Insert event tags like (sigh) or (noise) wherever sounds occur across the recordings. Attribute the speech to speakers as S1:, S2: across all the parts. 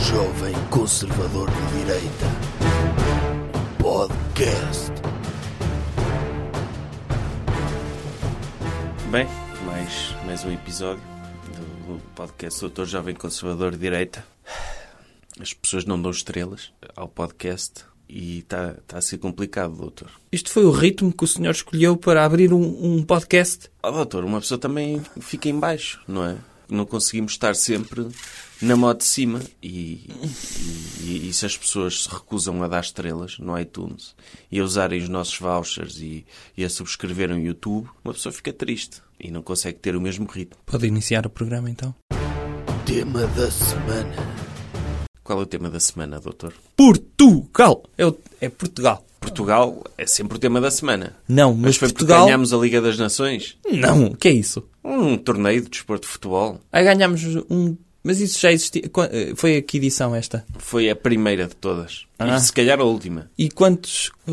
S1: Jovem Conservador de Direita. Podcast.
S2: Bem, mais, mais um episódio do podcast Doutor Jovem Conservador de Direita. As pessoas não dão estrelas ao podcast e está tá a ser complicado, doutor.
S3: Isto foi o ritmo que o senhor escolheu para abrir um, um podcast?
S2: Ó, Oh, doutor, uma pessoa também fica em baixo, não é? Não conseguimos estar sempre na mão de cima e, e, e se as pessoas se recusam a dar estrelas no iTunes e a usarem os nossos vouchers e, e a subscreverem o YouTube, uma pessoa fica triste e não consegue ter o mesmo ritmo.
S3: Pode iniciar o programa então?
S1: Tema da semana.
S2: Qual é o tema da semana, doutor?
S3: Portugal! É, o- é Portugal.
S2: Portugal é sempre o tema da semana.
S3: Não, mas,
S2: foi
S3: Portugal.
S2: porque ganhámos a Liga das Nações,
S3: Não, o que é isso?
S2: um torneio de desporto de futebol.
S3: Ah, ganhámos um. Mas isso já existia. Qua- eh, Foi a que edição esta?
S2: Foi a primeira de todas.
S3: Ah.
S2: E se calhar a última.
S3: E quantos, eh,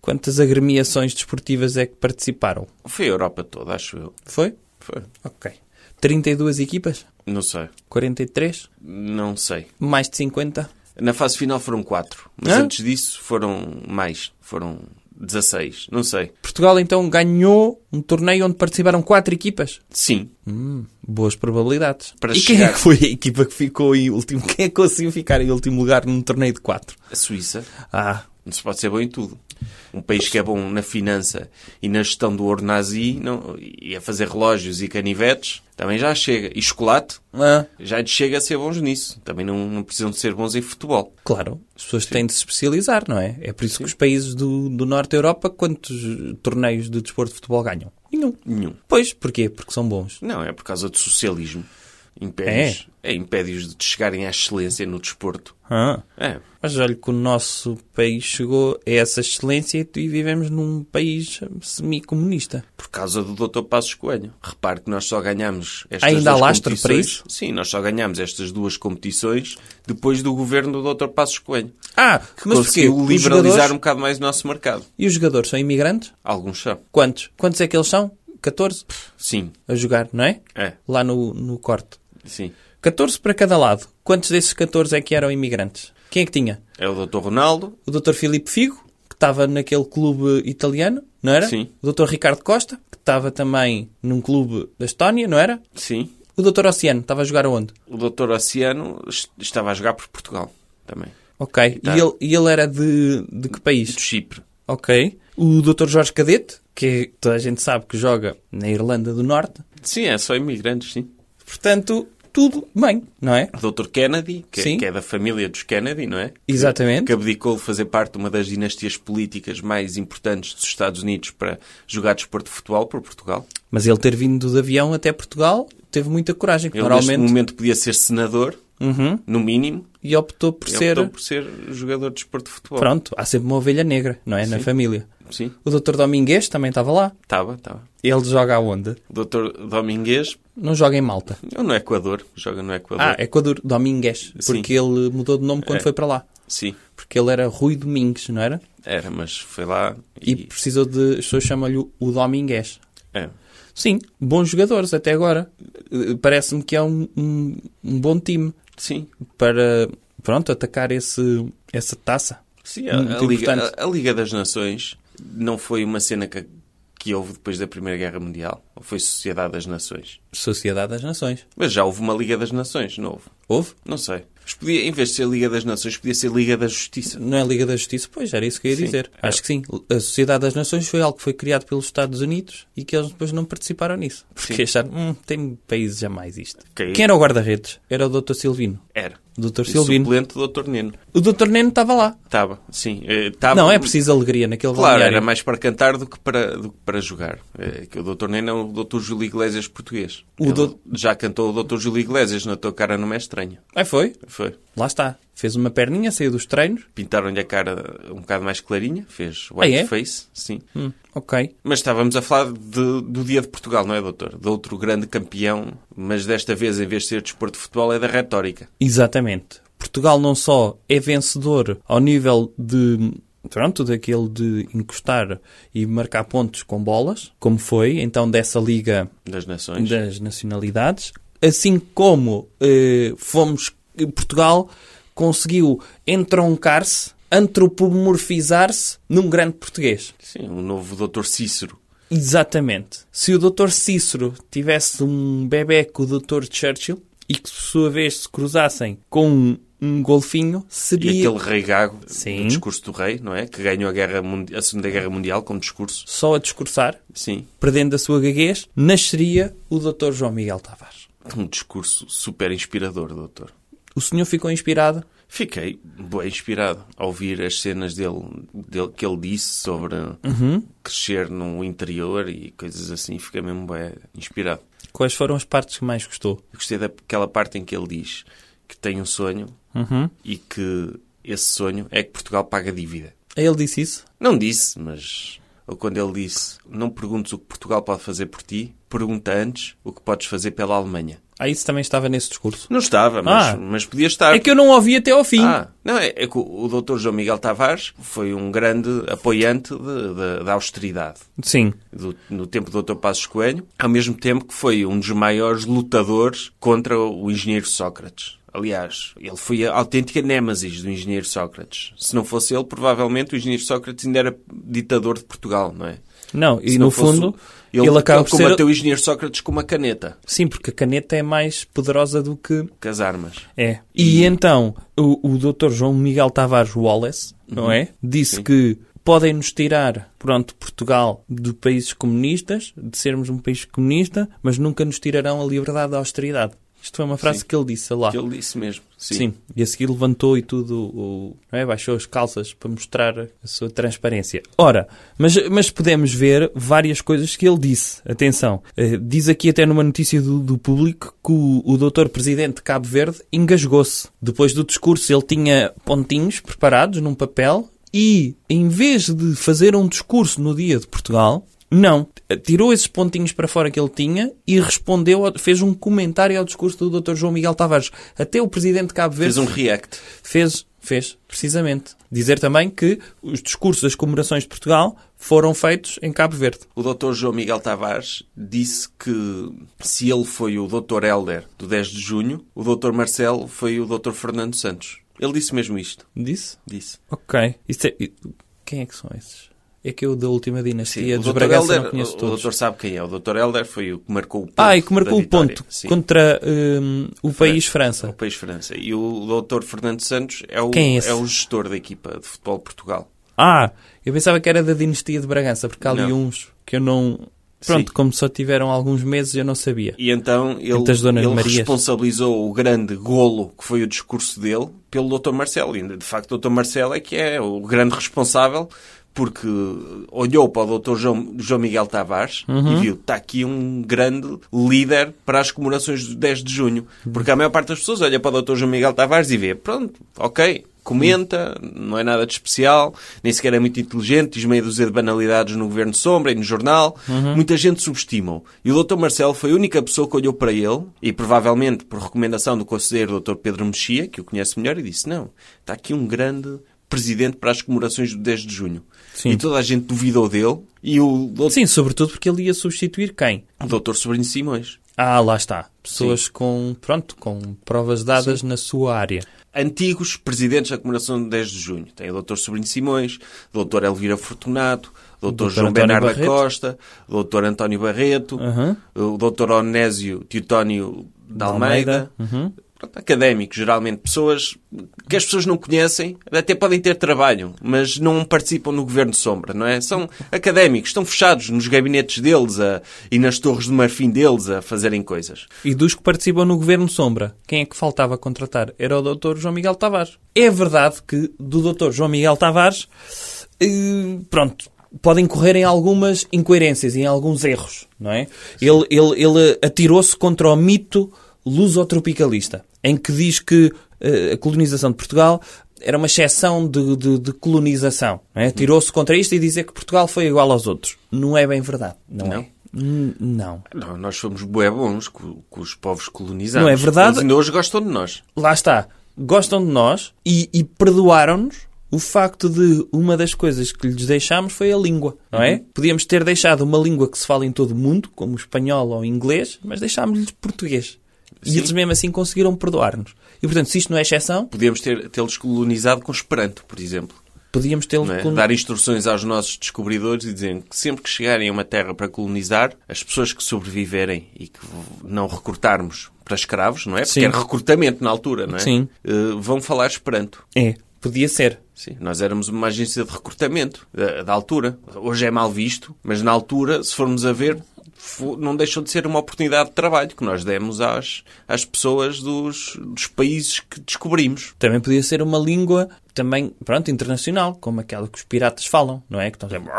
S3: quantas agremiações desportivas é que participaram?
S2: Foi a Europa toda, acho eu.
S3: Foi?
S2: Foi.
S3: Ok. 32 equipas?
S2: Não sei.
S3: 43?
S2: Não sei.
S3: Mais de 50?
S2: Na fase final foram quatro. Mas
S3: Hã?
S2: antes disso foram mais. Foram 16. Não sei.
S3: Portugal então ganhou um torneio onde participaram quatro equipas?
S2: Sim.
S3: Hum, boas probabilidades.
S2: Para
S3: e quem
S2: chegar-
S3: é que foi a equipa que ficou em último? (laughs) Quem é que conseguiu ficar em último lugar num torneio de 4?
S2: A Suíça.
S3: Ah,
S2: Não se pode ser bom em tudo. Um país que é bom na finança e na gestão do ouro nazi não, e a fazer relógios e canivetes também já chega. E chocolate
S3: ah,
S2: já lhes chega a ser bons nisso. Também não, não precisam de ser bons em futebol.
S3: claro. As pessoas têm de se especializar, não é? É por isso que os países do, do Norte da Europa, quantos torneios de desporto de futebol ganham? Nenhum.
S2: Nenhum.
S3: Pois, porquê? Porque são bons.
S2: Não, é por causa do socialismo. Impérios. É, impérios de chegarem à excelência no desporto.
S3: Ah.
S2: É.
S3: Mas olha que o nosso país chegou a essa excelência e vivemos num país semi-comunista.
S2: Por causa do Dr. Passos Coelho. Repare que nós só ganhámos estas
S3: Ainda há
S2: duas
S3: lastro para
S2: competições.
S3: isso?
S2: Sim, nós só ganhámos estas duas competições depois do governo do Dr. Passos Coelho.
S3: Ah, mas porquê?
S2: conseguiu
S3: Os
S2: liberalizar um
S3: jogadores-
S2: bocado mais o nosso mercado.
S3: E os jogadores são imigrantes?
S2: Alguns são.
S3: Quantos? Quantos é que eles são? 14?
S2: Sim.
S3: a jogar, não é?
S2: É.
S3: Lá no, no corte.
S2: Sim.
S3: 14 para cada lado. Quantos desses 14 é que eram imigrantes? Quem é que tinha?
S2: É o Dr. Ronaldo.
S3: O Dr. Filipe Figo, que estava naquele clube italiano, não era?
S2: Sim.
S3: O Dr. Ricardo Costa, que estava também num clube da Estónia, não era?
S2: Sim.
S3: O Dr. Oceano estava a jogar aonde?
S2: O Dr. Oceano est- estava a jogar por Portugal também.
S3: Ok. E
S2: Itália.
S3: ele, e ele era de, de que país?
S2: Do Chipre.
S3: Ok. O Dr. Jorge Cadete, que é, toda a gente sabe que joga na Irlanda do Norte.
S2: Sim, é só imigrantes, sim.
S3: Portanto, tudo bem, não é?
S2: O Dr. Kennedy, que,
S3: Sim.
S2: que é da família dos Kennedy, não é?
S3: Exatamente.
S2: Que abdicou de fazer parte de uma das dinastias políticas mais importantes dos Estados Unidos para jogar desporto de futebol por Portugal.
S3: Mas ele ter vindo de avião até Portugal teve muita coragem, que
S2: Ele, neste
S3: normalmente.
S2: momento, podia ser senador,
S3: Uhum.
S2: no mínimo.
S3: E optou por
S2: Ele
S3: ser.
S2: optou por ser jogador de desporto de futebol.
S3: Pronto, há sempre uma ovelha negra, não é? Na
S2: Sim.
S3: família.
S2: Sim,
S3: O Dr. Domingues também estava lá.
S2: estava, estava.
S3: Ele joga aonde?
S2: O Dr. Domingues
S3: Não joga em Malta.
S2: Ou no Equador, joga no Equador.
S3: Ah, é Equador Domingues.
S2: Sim.
S3: Porque ele mudou de nome quando
S2: É.
S3: foi para lá.
S2: Sim,
S3: Porque ele era Rui Domingues, não era?
S2: era, mas foi lá
S3: E,
S2: e.
S3: precisou de. As pessoas chamam-lhe o Domingues.
S2: É.
S3: Sim, bons jogadores até agora. Eh, Parece-me que é um- um- um bom time
S2: Sim,
S3: para. Pronto, atacar esse, essa taça.
S2: sim a,
S3: Muito
S2: a Liga,
S3: importante.
S2: a- a Liga das Nações não foi uma cena que, que houve depois da Primeira Guerra Mundial. Ou foi Sociedade das Nações.
S3: Sociedade das Nações.
S2: Mas já houve uma Liga das Nações, não houve?
S3: Houve?
S2: Não sei. Mas podia, em vez de ser Liga das Nações, podia ser Liga da Justiça.
S3: Não é a Liga da Justiça? Pois, era isso que eu ia
S2: Sim.
S3: dizer. Acho que sim. A Sociedade das Nações foi algo que foi criado pelos Estados Unidos e que eles depois não participaram nisso. Porque
S2: Sim.
S3: acharam, hum, tem países já mais isto.
S2: Ok.
S3: Quem era o guarda-redes? Era o Dr. Silvino.
S2: Era.
S3: O Dr.
S2: E
S3: Silvino.
S2: Suplente do Dr. Neno.
S3: O Dr. Neno estava lá.
S2: Estava, sim. eh, tava-
S3: Não, é preciso alegria naquele
S2: Claro,
S3: balneário.
S2: era mais para cantar do que para, do que para jogar. É, que o Dr. Neno é o Dr. Júlio Iglesias português.
S3: O
S2: Ele
S3: dou-
S2: Já cantou o Dr. Júlio Iglesias na tua cara, não é estranho.
S3: Aí foi.
S2: Foi.
S3: Lá está. Fez uma perninha, saiu dos treinos.
S2: Pintaram-lhe a cara um bocado mais clarinha, fez
S3: Ah, é?
S2: whiteface, sim.
S3: Hum, ok.
S2: Mas estávamos a falar de- do dia de Portugal, não é, doutor? De outro grande campeão, mas desta vez, em vez de ser desporto de futebol, é da retórica.
S3: Exatamente. Portugal não só é vencedor ao nível de pronto, daquele de encostar e marcar pontos com bolas, como foi então dessa liga
S2: Das nações.
S3: das nacionalidades, assim como eh, fomos eh, Portugal conseguiu entroncar-se, antropomorfizar-se num grande português.
S2: Sim, o novo Dr. Cícero.
S3: Exatamente. Se o Dr. Cícero tivesse um bebê com o Dr. Churchill e que, por sua vez, se cruzassem com um, um golfinho,
S2: E,
S3: seria
S2: aquele rei gago
S3: Sim.
S2: do discurso do rei, não é? Que ganhou a, guerra Mundi- a Segunda Guerra Mundial como discurso.
S3: só a discursar,
S2: Sim.
S3: perdendo a sua gaguez, nasceria o Dr. João Miguel Tavares.
S2: Um discurso super inspirador, doutor.
S3: O senhor ficou inspirado?
S2: Fiquei bem inspirado ao ouvir as cenas dele, dele que ele disse sobre
S3: Uhum.
S2: crescer no interior e coisas assim. Fiquei mesmo bem inspirado.
S3: Quais foram as partes que mais gostou?
S2: Eu gostei daquela parte em que ele diz que tem um sonho
S3: Uhum.
S2: e que esse sonho é que Portugal paga dívida.
S3: Ah, Ele disse isso?
S2: Não disse, mas. Ou quando ele disse: Não perguntes o que Portugal pode fazer por ti, pergunta antes o que podes fazer pela Alemanha.
S3: Ah, isso também estava nesse discurso.
S2: Não estava, mas,
S3: Ah.
S2: mas podia estar.
S3: É que eu não ouvi até ao fim.
S2: Ah, não, é, é que o, o Dr. João Miguel Tavares foi um grande apoiante de- de- da austeridade
S3: Sim.
S2: do- no tempo do Dr. Passos Coelho, ao mesmo tempo que foi um dos maiores lutadores contra o engenheiro Sócrates. Aliás, ele foi a autêntica némesis do engenheiro Sócrates. Se não fosse ele, provavelmente o engenheiro Sócrates ainda era ditador de Portugal, não é?
S3: Não, e
S2: Se
S3: no
S2: não fosse
S3: fundo,
S2: o-
S3: ele, acaba por ser...
S2: combateu o engenheiro Sócrates com uma caneta,
S3: Sim, porque a caneta é mais poderosa do que
S2: com as armas.
S3: é. E, então, o, o Dr. João Miguel Tavares Wallace,
S2: Uhum.
S3: não é? Disse que podem nos tirar, pronto, Portugal de países comunistas, de sermos um país comunista, mas nunca nos tirarão a liberdade da austeridade. Isto foi uma frase
S2: Sim.
S3: que ele disse lá.
S2: Que ele disse mesmo. Sim.
S3: Sim. E a seguir levantou e tudo, o, não é? baixou as calças para mostrar a sua transparência. Ora, mas, mas podemos ver várias coisas que ele disse. Atenção, Eh, diz aqui até numa notícia do, do público que o, o doutor presidente de Cabo Verde engasgou-se. Depois do discurso, ele tinha pontinhos preparados num papel e, em vez de fazer um discurso no dia de Portugal, não. Eh, Tirou esses pontinhos para fora que ele tinha e respondeu, ao- fez um comentário ao discurso do Dr. João Miguel Tavares. Até o presidente de Cabo Verde
S2: Fez um react.
S3: fez, fez, precisamente. Dizer também que os discursos das comemorações de Portugal foram feitos em Cabo Verde.
S2: O Dr. João Miguel Tavares disse que se ele foi o Dr. Helder do 10 de junho, o Dr. Marcelo foi o Dr. Fernando Santos. Ele disse mesmo isto.
S3: Disse?
S2: Disse.
S3: Ok. Isso é- quem é que são esses? É que eu da última dinastia
S2: o
S3: dos
S2: Dr.
S3: Bragança
S2: Helder,
S3: não conheço
S2: o
S3: todos.
S2: Dr. sabe quem é. O Dr. Helder foi o que marcou o ponto.
S3: Ah, e que marcou
S2: da
S3: o ponto
S2: vitória. Sim.
S3: contra hum, o país França.
S2: O país França. E o Dr. Fernando Santos é o,
S3: Quem é esse?
S2: o gestor da equipa de futebol de Portugal.
S3: Ah, eu pensava que era da dinastia de Bragança, porque há ali
S2: Não.
S3: uns que eu não... Pronto,
S2: Sim.
S3: como só tiveram alguns meses, eu não sabia.
S2: E então ele,
S3: Entre as Donas
S2: ele
S3: Marias.
S2: responsabilizou o grande golo que foi o discurso dele pelo Dr. Marcelo. E, de facto, o Dr. Marcelo é que é o grande responsável porque olhou para o Dr. João, João Miguel Tavares e viu está aqui um grande líder para as comemorações do 10 de junho. Porque a maior parte das pessoas olha para o Dr. João Miguel Tavares e vê, pronto, ok, comenta, não é nada de especial, nem sequer é muito inteligente, diz meia dúzia de banalidades no governo sombra e no jornal. Muita gente subestima E o Dr. Marcelo foi a única pessoa que olhou para ele, e provavelmente por recomendação do conselheiro Dr. Pedro Mexia, que o conhece melhor, e disse: Não, está aqui um grande presidente para as comemorações do 10 de junho.
S3: Sim.
S2: E toda a gente duvidou dele, e o Dr.
S3: Sim, sobretudo porque ele ia substituir quem?
S2: o Dr. Sobrinho Simões.
S3: Ah, lá está. Pessoas com, pronto, com provas dadas na sua área.
S2: antigos presidentes da comemoração de 10 de junho. Tem o Dr. Sobrinho Simões, o Dr. Elvira Fortunato, o Dr.
S3: Dr.
S2: João
S3: António
S2: Bernardo da
S3: Barreto.
S2: Costa, o Dr. António Barreto,
S3: Aham.
S2: o Dr. Onésio Titónio de Almeida.
S3: Uhum.
S2: Pronto, Académicos, geralmente, pessoas que as pessoas não conhecem, até podem ter trabalho, mas não participam no governo sombra, não é? São académicos, estão fechados nos gabinetes deles a- e nas torres de marfim deles a fazerem coisas.
S3: E dos que participam no governo Sombra, quem é que faltava contratar? Era o Dr. João Miguel Tavares. É verdade que do Dr. João Miguel Tavares, eh, pronto, podem correr em algumas incoerências, em alguns erros, não é? Ele, ele, ele atirou-se contra o mito lusotropicalista, em que diz que eh, a colonização de Portugal era uma exceção de, de- de colonização. não é? Tirou-se contra isto e dizer que Portugal foi igual aos outros. Não é bem verdade, não, é? N- não.
S2: Não, nós fomos bué bons co- com os povos colonizados.
S3: Não é verdade?
S2: Eles ainda hoje gostam de nós.
S3: lá está, gostam de nós e, e perdoaram-nos o facto de uma das coisas que lhes deixámos foi a língua, não
S2: Uhum.
S3: é? Podíamos ter deixado uma língua que se fala em todo o mundo, como o espanhol ou o inglês, mas deixámos-lhes português. E eles
S2: Sim.
S3: mesmo assim conseguiram perdoar-nos. E portanto, se isto não é exceção,
S2: Podíamos ter- tê-los colonizado com Esperanto, por exemplo.
S3: podíamos tê-lo
S2: não é?
S3: como-
S2: Dar instruções aos nossos descobridores e dizendo que sempre que chegarem a uma terra para colonizar, as pessoas que sobreviverem e que v- não recrutarmos para escravos, não é? Porque
S3: Sim.
S2: era recrutamento na altura, não é?
S3: Sim.
S2: Eh, vão falar Esperanto.
S3: É, podia ser.
S2: Sim, nós éramos uma agência de recrutamento eh, da, da altura. Hoje é mal visto, mas na altura, se formos a ver, fo- não deixou de ser uma oportunidade de trabalho que nós demos às, às pessoas dos, dos países que descobrimos.
S3: Também podia ser uma língua também, pronto, internacional, como aquela que os piratas falam, não é? Que estão sempre...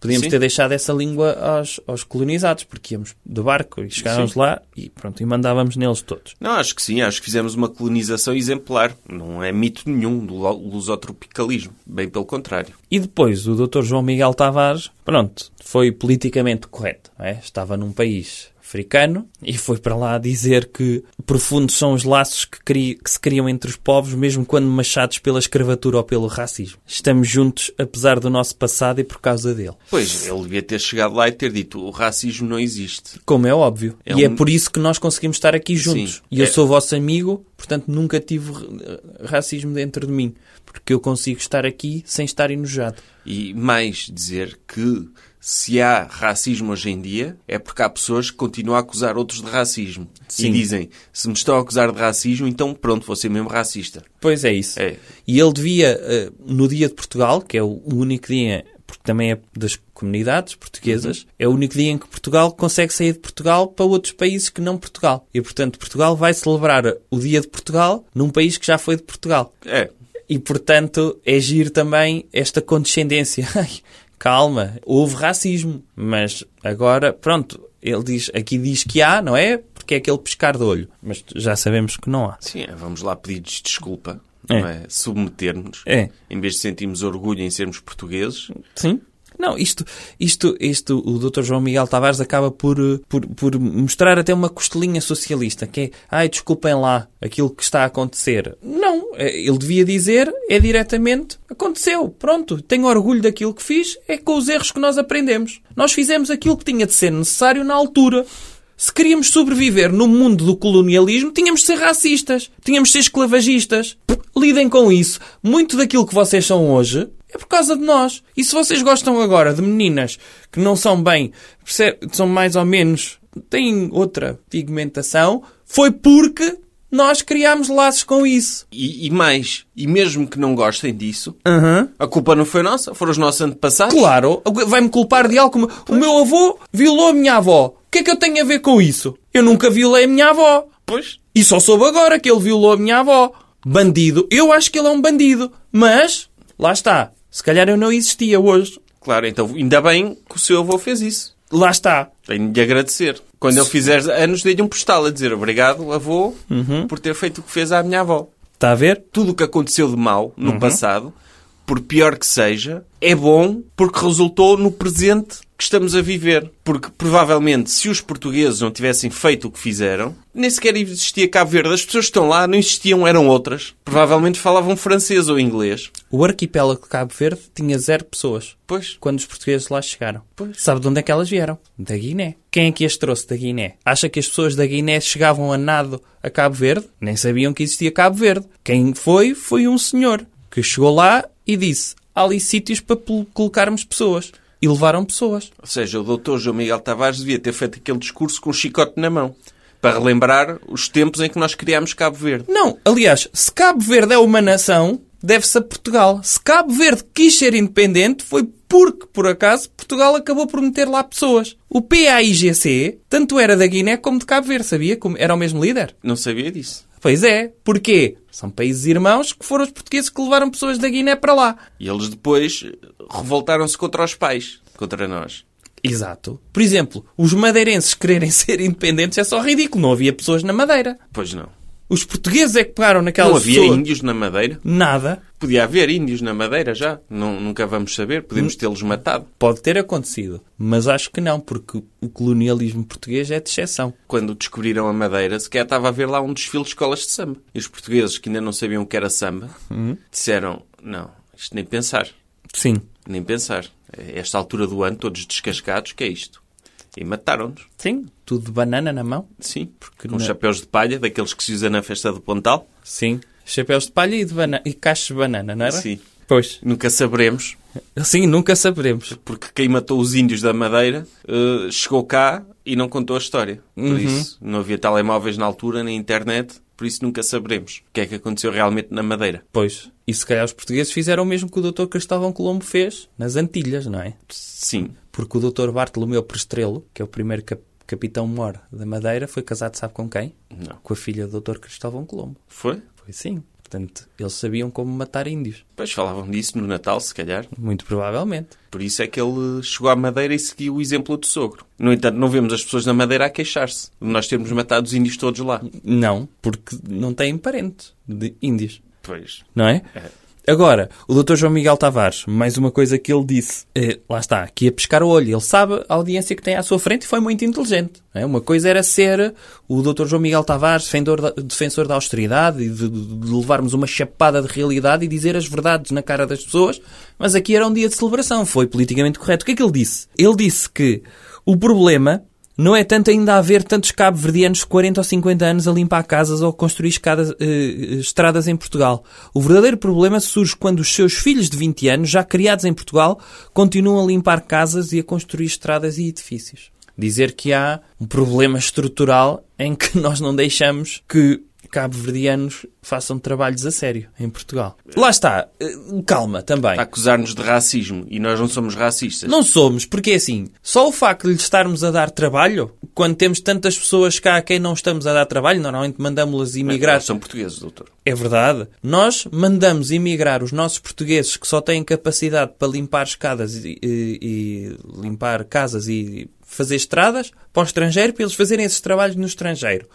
S3: Podíamos
S2: Sim.
S3: ter deixado essa língua aos, aos colonizados, porque íamos de barco e chegávamos lá e pronto, e mandávamos neles todos.
S2: Não, acho que sim, acho que fizemos uma colonização exemplar. Não é mito nenhum do lo- lusotropicalismo, bem pelo contrário.
S3: E depois o Dr. João Miguel Tavares, pronto, foi politicamente correto. não é? Estava num país africano e foi para lá dizer que profundos são os laços que, cri- que se criam entre os povos, mesmo quando machados pela escravatura ou pelo racismo. Estamos juntos, apesar do nosso passado e por causa dele.
S2: Pois, ele devia ter chegado lá e ter dito o racismo não existe.
S3: Como é óbvio.
S2: É
S3: e é
S2: um-
S3: por isso que nós conseguimos estar aqui juntos.
S2: Sim.
S3: e eu
S2: É-
S3: sou vosso amigo, portanto nunca tive eh, racismo dentro de mim. Porque eu consigo estar aqui sem estar enojado.
S2: E mais dizer que se há racismo hoje em dia é porque há pessoas que continuam a acusar outros de racismo.
S3: Sim.
S2: E dizem, se me estão a acusar de racismo, então pronto, vou ser mesmo racista.
S3: Pois é isso.
S2: É.
S3: E ele devia, eh, no dia de Portugal, que é o único dia, porque também é das comunidades portuguesas,
S2: Uhum.
S3: é o único dia em que Portugal consegue sair de Portugal para outros países que não Portugal. E, portanto, Portugal vai celebrar o dia de Portugal num país que já foi de Portugal.
S2: É.
S3: E, portanto, é giro também esta condescendência. (laughs) Ai, calma, houve racismo, mas agora, pronto, ele diz, aqui diz que há, não é? Porque é aquele pescar de olho. Mas já sabemos que não há.
S2: Sim, é, vamos lá pedir-lhes desculpa.
S3: É.
S2: Não é? Submeter-nos.
S3: É.
S2: Em vez de sentirmos orgulho em sermos portugueses,
S3: Sim. Não, isto, isto, isto, o Dr. João Miguel Tavares acaba por, eh, por, por mostrar até uma costelinha socialista, que é, ai, desculpem lá aquilo que está a acontecer. Não, eh, ele devia dizer, é diretamente, aconteceu, pronto, tenho orgulho daquilo que fiz, é com os erros que nós aprendemos. Nós fizemos aquilo que tinha de ser necessário na altura. Se queríamos sobreviver no mundo do colonialismo, tínhamos de ser racistas, tínhamos de ser esclavagistas. Puh, Lidem com isso. Muito daquilo que vocês são hoje é por causa de nós. E se vocês gostam agora de meninas que não são bem, perce- são mais ou menos, têm outra pigmentação, foi porque nós criámos laços com isso.
S2: E, e mais, e mesmo que não gostem disso, a culpa não foi nossa, foram os nossos antepassados.
S3: Claro, vai-me culpar de algo como o meu avô violou a minha avó. O que é que eu tenho a ver com isso? Eu nunca violei a minha avó.
S2: Pois.
S3: E só soube agora que ele violou a minha avó. Bandido. Eu acho que ele é um bandido. Mas, lá está. Se calhar eu não existia hoje.
S2: Claro, então ainda bem que o seu avô fez isso.
S3: Lá está.
S2: Tenho de lhe agradecer. Quando ele fizer anos, dei-lhe um postal a dizer obrigado, avô, por ter feito o que fez à minha avó.
S3: Está a ver?
S2: Tudo o que aconteceu de mal no passado, por pior que seja, é bom porque resultou no presente que estamos a viver. Porque provavelmente, se os portugueses não tivessem feito o que fizeram, nem sequer existia Cabo Verde. As pessoas que estão lá não existiam, eram outras. Provavelmente falavam francês ou inglês.
S3: O arquipélago de Cabo Verde tinha zero pessoas
S2: Pois,
S3: quando os portugueses lá chegaram. Sabe de onde é que elas vieram? Da Guiné. Quem é que as trouxe da Guiné? Acha que as pessoas da Guiné chegavam a nado a Cabo Verde? Nem sabiam que existia Cabo Verde. Quem foi, foi um senhor que chegou lá e disse há ali sítios para pol- colocarmos pessoas. E levaram pessoas.
S2: ou seja, o doutor João Miguel Tavares devia ter feito aquele discurso com um chicote na mão. Para relembrar os tempos em que nós criámos Cabo Verde.
S3: Não, aliás, se Cabo Verde é uma nação, deve-se a Portugal. Se Cabo Verde quis ser independente, foi porque, por acaso, Portugal acabou por meter lá pessoas. O PAIGC tanto era da Guiné como de Cabo Verde, sabia? Como era o mesmo líder.
S2: Não sabia disso.
S3: Pois é, porquê? São países irmãos que foram os portugueses que levaram pessoas da Guiné para lá.
S2: E eles depois eh, revoltaram-se contra os pais, contra nós.
S3: Exato. Por exemplo, os madeirenses quererem (laughs) ser independentes é só ridículo. Não havia pessoas na Madeira.
S2: Pois não.
S3: Os portugueses é que pegaram naquelas
S2: Não havia
S3: pessoas.
S2: índios na Madeira?
S3: Nada.
S2: Podia haver índios na Madeira já. Não, nunca vamos saber. Podemos tê-los matado.
S3: Pode ter acontecido, mas acho que não, porque o colonialismo português é de exceção.
S2: Quando descobriram a Madeira, sequer estava a ver lá um desfile de escolas de samba. E os portugueses, que ainda não sabiam o que era samba, disseram, não, isto nem pensar.
S3: Sim.
S2: Nem pensar. A Esta altura do ano, todos descascados, que é isto? E mataram-nos.
S3: Sim, tudo de banana na mão.
S2: Sim.
S3: Porque
S2: Com
S3: na-
S2: chapéus de palha, daqueles que se usa na festa do Pontal.
S3: Sim, chapéus de palha e, de bana... e cachos de banana, não era?
S2: Sim.
S3: Pois.
S2: Nunca saberemos,
S3: Sim, nunca saberemos.
S2: porque quem matou os índios da Madeira eh, chegou cá e não contou a história. Por
S3: Uhum.
S2: isso, não havia telemóveis na altura, nem internet. Por isso, nunca saberemos o que é que aconteceu realmente na Madeira.
S3: Pois. E se calhar os portugueses fizeram o mesmo que o Dr. Cristóvão Colombo fez nas Antilhas, não é?
S2: Sim.
S3: Porque o Dr. Bartolomeu Prestrelo, que é o primeiro cap- capitão mor da Madeira, foi casado sabe com quem?
S2: Não.
S3: Com a filha do Dr. Cristóvão Colombo.
S2: Foi?
S3: Foi sim. Portanto, eles sabiam como matar índios.
S2: Pois falavam disso no Natal, se calhar.
S3: Muito provavelmente.
S2: Por isso é que ele chegou à Madeira e seguiu o exemplo do sogro. No entanto, não vemos as pessoas na Madeira a queixar-se de nós termos matado os índios todos lá.
S3: Não, porque não têm parente de índios.
S2: Pois.
S3: não é? Agora, o Dr. João Miguel Tavares, mais uma coisa que ele disse, eh, lá está, que ia pescar o olho. Ele sabe a audiência que tem à sua frente e foi muito inteligente. não é? Uma coisa era ser o Dr. João Miguel Tavares, defendor da- defensor da austeridade e de, de- de levarmos uma chapada de realidade e dizer as verdades na cara das pessoas, mas aqui era um dia de celebração, foi politicamente correto. O que é que ele disse? Ele disse que o problema não é tanto ainda haver tantos cabo-verdianos de 40 ou 50 anos a limpar casas ou a construir escadas, eh, estradas em Portugal. O verdadeiro problema surge quando os seus filhos de 20 anos, já criados em Portugal, continuam a limpar casas e a construir estradas e edifícios. Dizer que há um problema estrutural em que (laughs) nós não deixamos que cabo-verdianos façam trabalhos a sério em Portugal. Lá está. eh, Calma também.
S2: A acusar-nos de racismo. E nós não somos racistas.
S3: Não somos, porque é assim, só o facto de lhe estarmos a dar trabalho, quando temos tantas pessoas cá a quem não estamos a dar trabalho, normalmente mandamos-las
S2: Eles
S3: emigrar.
S2: São portugueses, doutor.
S3: É verdade. Nós mandamos emigrar os nossos portugueses que só têm capacidade para limpar escadas e, e- e limpar casas e fazer estradas para o estrangeiro, para eles fazerem esses trabalhos no estrangeiro.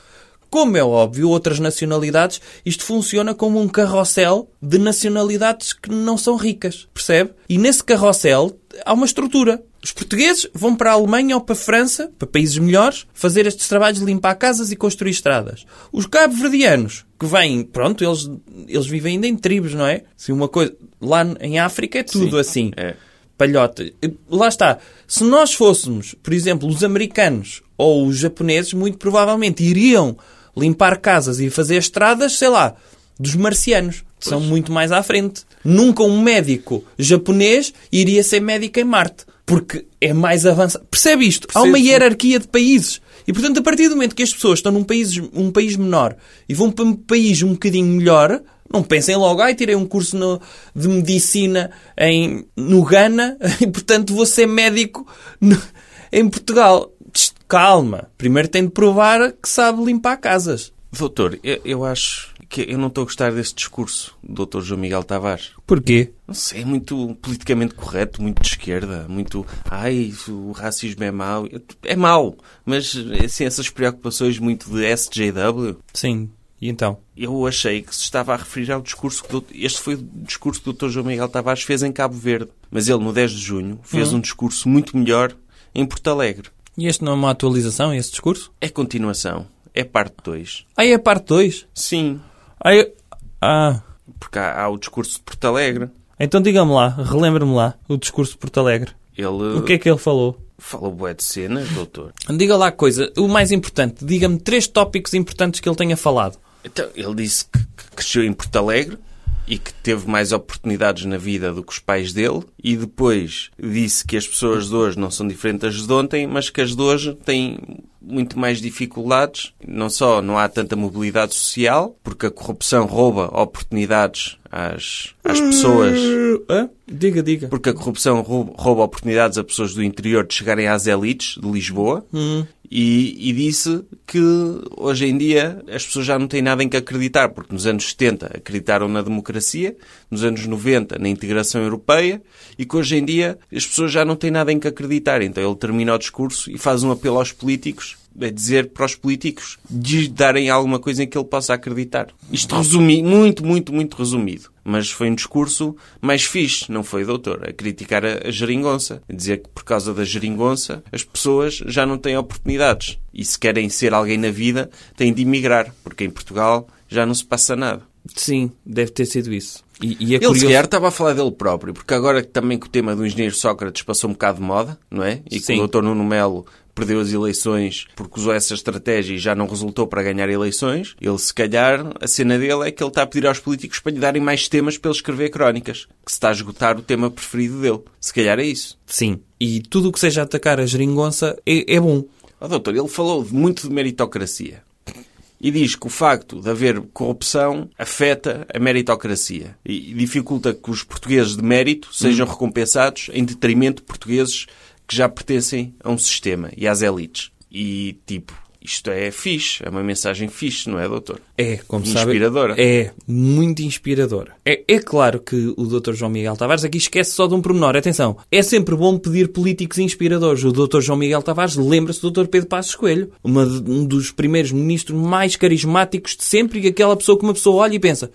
S3: Como é óbvio, outras nacionalidades, isto funciona como um carrossel de nacionalidades que não são ricas, percebe? E nesse carrossel há uma estrutura. Os portugueses vão para a Alemanha ou para a França, para países melhores, fazer estes trabalhos de limpar casas e construir estradas. Os cabo-verdianos, que vêm, pronto, eles, eles vivem ainda em tribos, não é? Se uma coisa, lá em África é tudo
S2: Sim,
S3: assim
S2: é.
S3: palhota. Lá está. Se nós fôssemos, por exemplo, os americanos ou os japoneses, muito provavelmente iriam limpar casas e fazer estradas, sei lá, dos marcianos, que são muito mais à frente. Nunca um médico japonês iria ser médico em Marte, porque é mais avançado. Percebe isto? Há uma
S2: Percebo, sim.
S3: hierarquia de países. E, portanto, a partir do momento que as pessoas estão num país, um país menor e vão para um país um bocadinho melhor, não pensem logo, ai, tirei um curso no- de medicina em, no Ghana (laughs) e, portanto, vou ser médico no- em Portugal. Tch, Calma. Primeiro tem de provar que sabe limpar casas.
S2: Doutor, eu, eu acho que eu não estou a gostar desse discurso do doutor João Miguel Tavares.
S3: Porquê?
S2: Não sei, é muito politicamente correto, muito de esquerda, muito... Ai, o racismo é mau. É mau, mas assim, essas preocupações muito de SJW...
S3: Sim. E então?
S2: Eu achei que se estava a referir ao discurso que o doutor- este foi o discurso que o Dr. João Miguel Tavares fez em Cabo Verde, mas ele no 10 de junho
S3: Uhum.
S2: fez um discurso muito melhor em Porto Alegre.
S3: E este não é uma atualização, esse discurso?
S2: É continuação, é parte 2.
S3: Ah, é a parte 2?
S2: Sim,
S3: Ah, eu- ah,
S2: porque há, há o discurso de Porto Alegre.
S3: então diga-me lá, relembra-me lá o discurso de Porto Alegre.
S2: Ele
S3: O que é que ele falou?
S2: fala bué de cenas, doutor.
S3: Diga lá a coisa, o mais importante, diga-me três tópicos importantes que ele tenha falado.
S2: Então, ele disse que que cresceu em Porto Alegre e que teve mais oportunidades na vida do que os pais dele e depois disse que as pessoas de hoje não são diferentes das de ontem, mas que as de hoje têm muito mais dificuldades. Não só não há tanta mobilidade social, porque a corrupção rouba oportunidades às, às pessoas
S3: Hã? Diga, diga.
S2: porque a corrupção rouba, rouba oportunidades a pessoas do interior de chegarem às elites de Lisboa e, e disse que hoje em dia as pessoas já não têm nada em que acreditar, porque nos anos 70 acreditaram na democracia, nos anos 90 na integração europeia e que hoje em dia as pessoas já não têm nada em que acreditar. Então ele termina o discurso e faz um apelo aos políticos a dizer para os políticos de darem alguma coisa em que ele possa acreditar. Isto resumi, muito, muito, muito resumido. Mas foi um discurso mais fixe, não foi, doutor? A criticar a, a geringonça. A dizer que por causa da geringonça as pessoas já não têm oportunidades. E se querem ser alguém na vida, têm de emigrar. Porque em Portugal já não se passa nada.
S3: Sim, deve ter sido isso. E, e é
S2: Ele se
S3: curioso...
S2: calhar estava a falar dele próprio, porque agora que também que o tema do engenheiro Sócrates passou um bocado de moda, não é? E que
S3: Sim.
S2: o Dr. Nuno Melo perdeu as eleições porque usou essa estratégia e já não resultou para ganhar eleições, ele se calhar, a cena dele é que ele está a pedir aos políticos para lhe darem mais temas para ele escrever crónicas, que se está a esgotar o tema preferido dele. Se calhar é isso.
S3: Sim. E tudo o que seja atacar a geringonça é, é bom.
S2: Ó, doutor, ele falou de- muito de meritocracia. E diz que o facto de haver corrupção afeta a meritocracia e dificulta que os portugueses de mérito sejam recompensados em detrimento de portugueses que já pertencem a um sistema e às elites. E, tipo, isto é fixe, é uma mensagem fixe, não é, doutor?
S3: É, como sabe.
S2: Inspiradora.
S3: É, muito inspiradora. É, é claro que o Dr. João Miguel Tavares aqui esquece só de um pormenor. Atenção, é sempre bom pedir políticos inspiradores. O Dr. João Miguel Tavares lembra-se do Dr. Pedro Passos Coelho, uma de- um dos primeiros ministros mais carismáticos de sempre e aquela pessoa que uma pessoa olha e pensa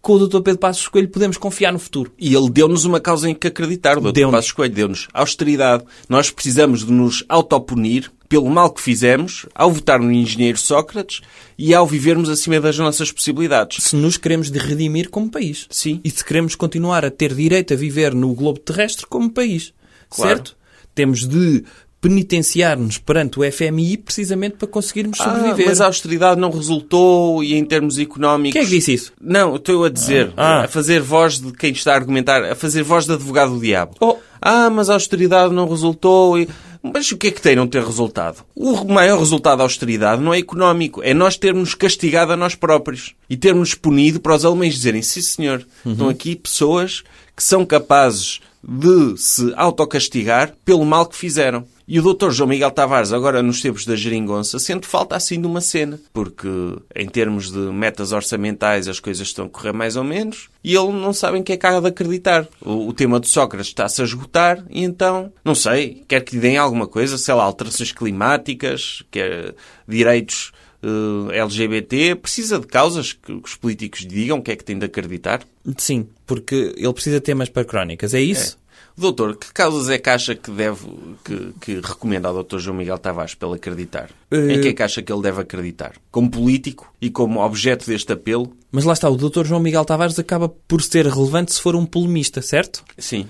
S3: com o Dr. Pedro Passos Coelho podemos confiar no futuro.
S2: E ele deu-nos uma causa em que acreditar, o Dr.
S3: Deu-nos.
S2: Passos Coelho deu-nos austeridade. Nós precisamos de nos autopunir pelo mal que fizemos ao votar no engenheiro Sócrates e ao vivermos acima das nossas possibilidades.
S3: Se nos queremos de redimir como país.
S2: Sim.
S3: E se queremos continuar a ter direito a viver no globo terrestre como país.
S2: Claro.
S3: Certo? Temos de penitenciar-nos perante o FMI precisamente para conseguirmos sobreviver.
S2: Ah, mas a austeridade não resultou e em termos económicos...
S3: Quem é que disse isso?
S2: Não, estou a dizer,
S3: Ah.
S2: a fazer voz de quem está a argumentar, a fazer voz de advogado do diabo.
S3: Oh.
S2: Ah, mas a austeridade não resultou. e- Mas o que é que tem não ter resultado? O maior resultado da austeridade não é económico, é nós termos castigado a nós próprios e termos punido para os alemães dizerem: sim, senhor,
S3: Uhum.
S2: estão aqui pessoas que são capazes de se autocastigar pelo mal que fizeram. E o Dr. João Miguel Tavares, agora nos tempos da geringonça, sente falta assim de uma cena, porque em termos de metas orçamentais as coisas estão a correr mais ou menos e ele não sabe em que é que há de acreditar. O, o tema de Sócrates está-se a esgotar e então, não sei, quer que lhe deem alguma coisa, sei lá, alterações climáticas, quer direitos eh, LGBT, precisa de causas que, que os políticos lhe digam o que é que tem de acreditar.
S3: Sim, porque ele precisa de temas para crónicas, é isso?
S2: Doutor, que causas é que acha que deve que, que recomenda ao Dr. João Miguel Tavares para ele acreditar?
S3: Eh,
S2: Em que é que acha que ele deve acreditar? Como político e como objeto deste apelo?
S3: Mas lá está, o Dr. João Miguel Tavares acaba por ser relevante se for um polemista, certo?
S2: Sim.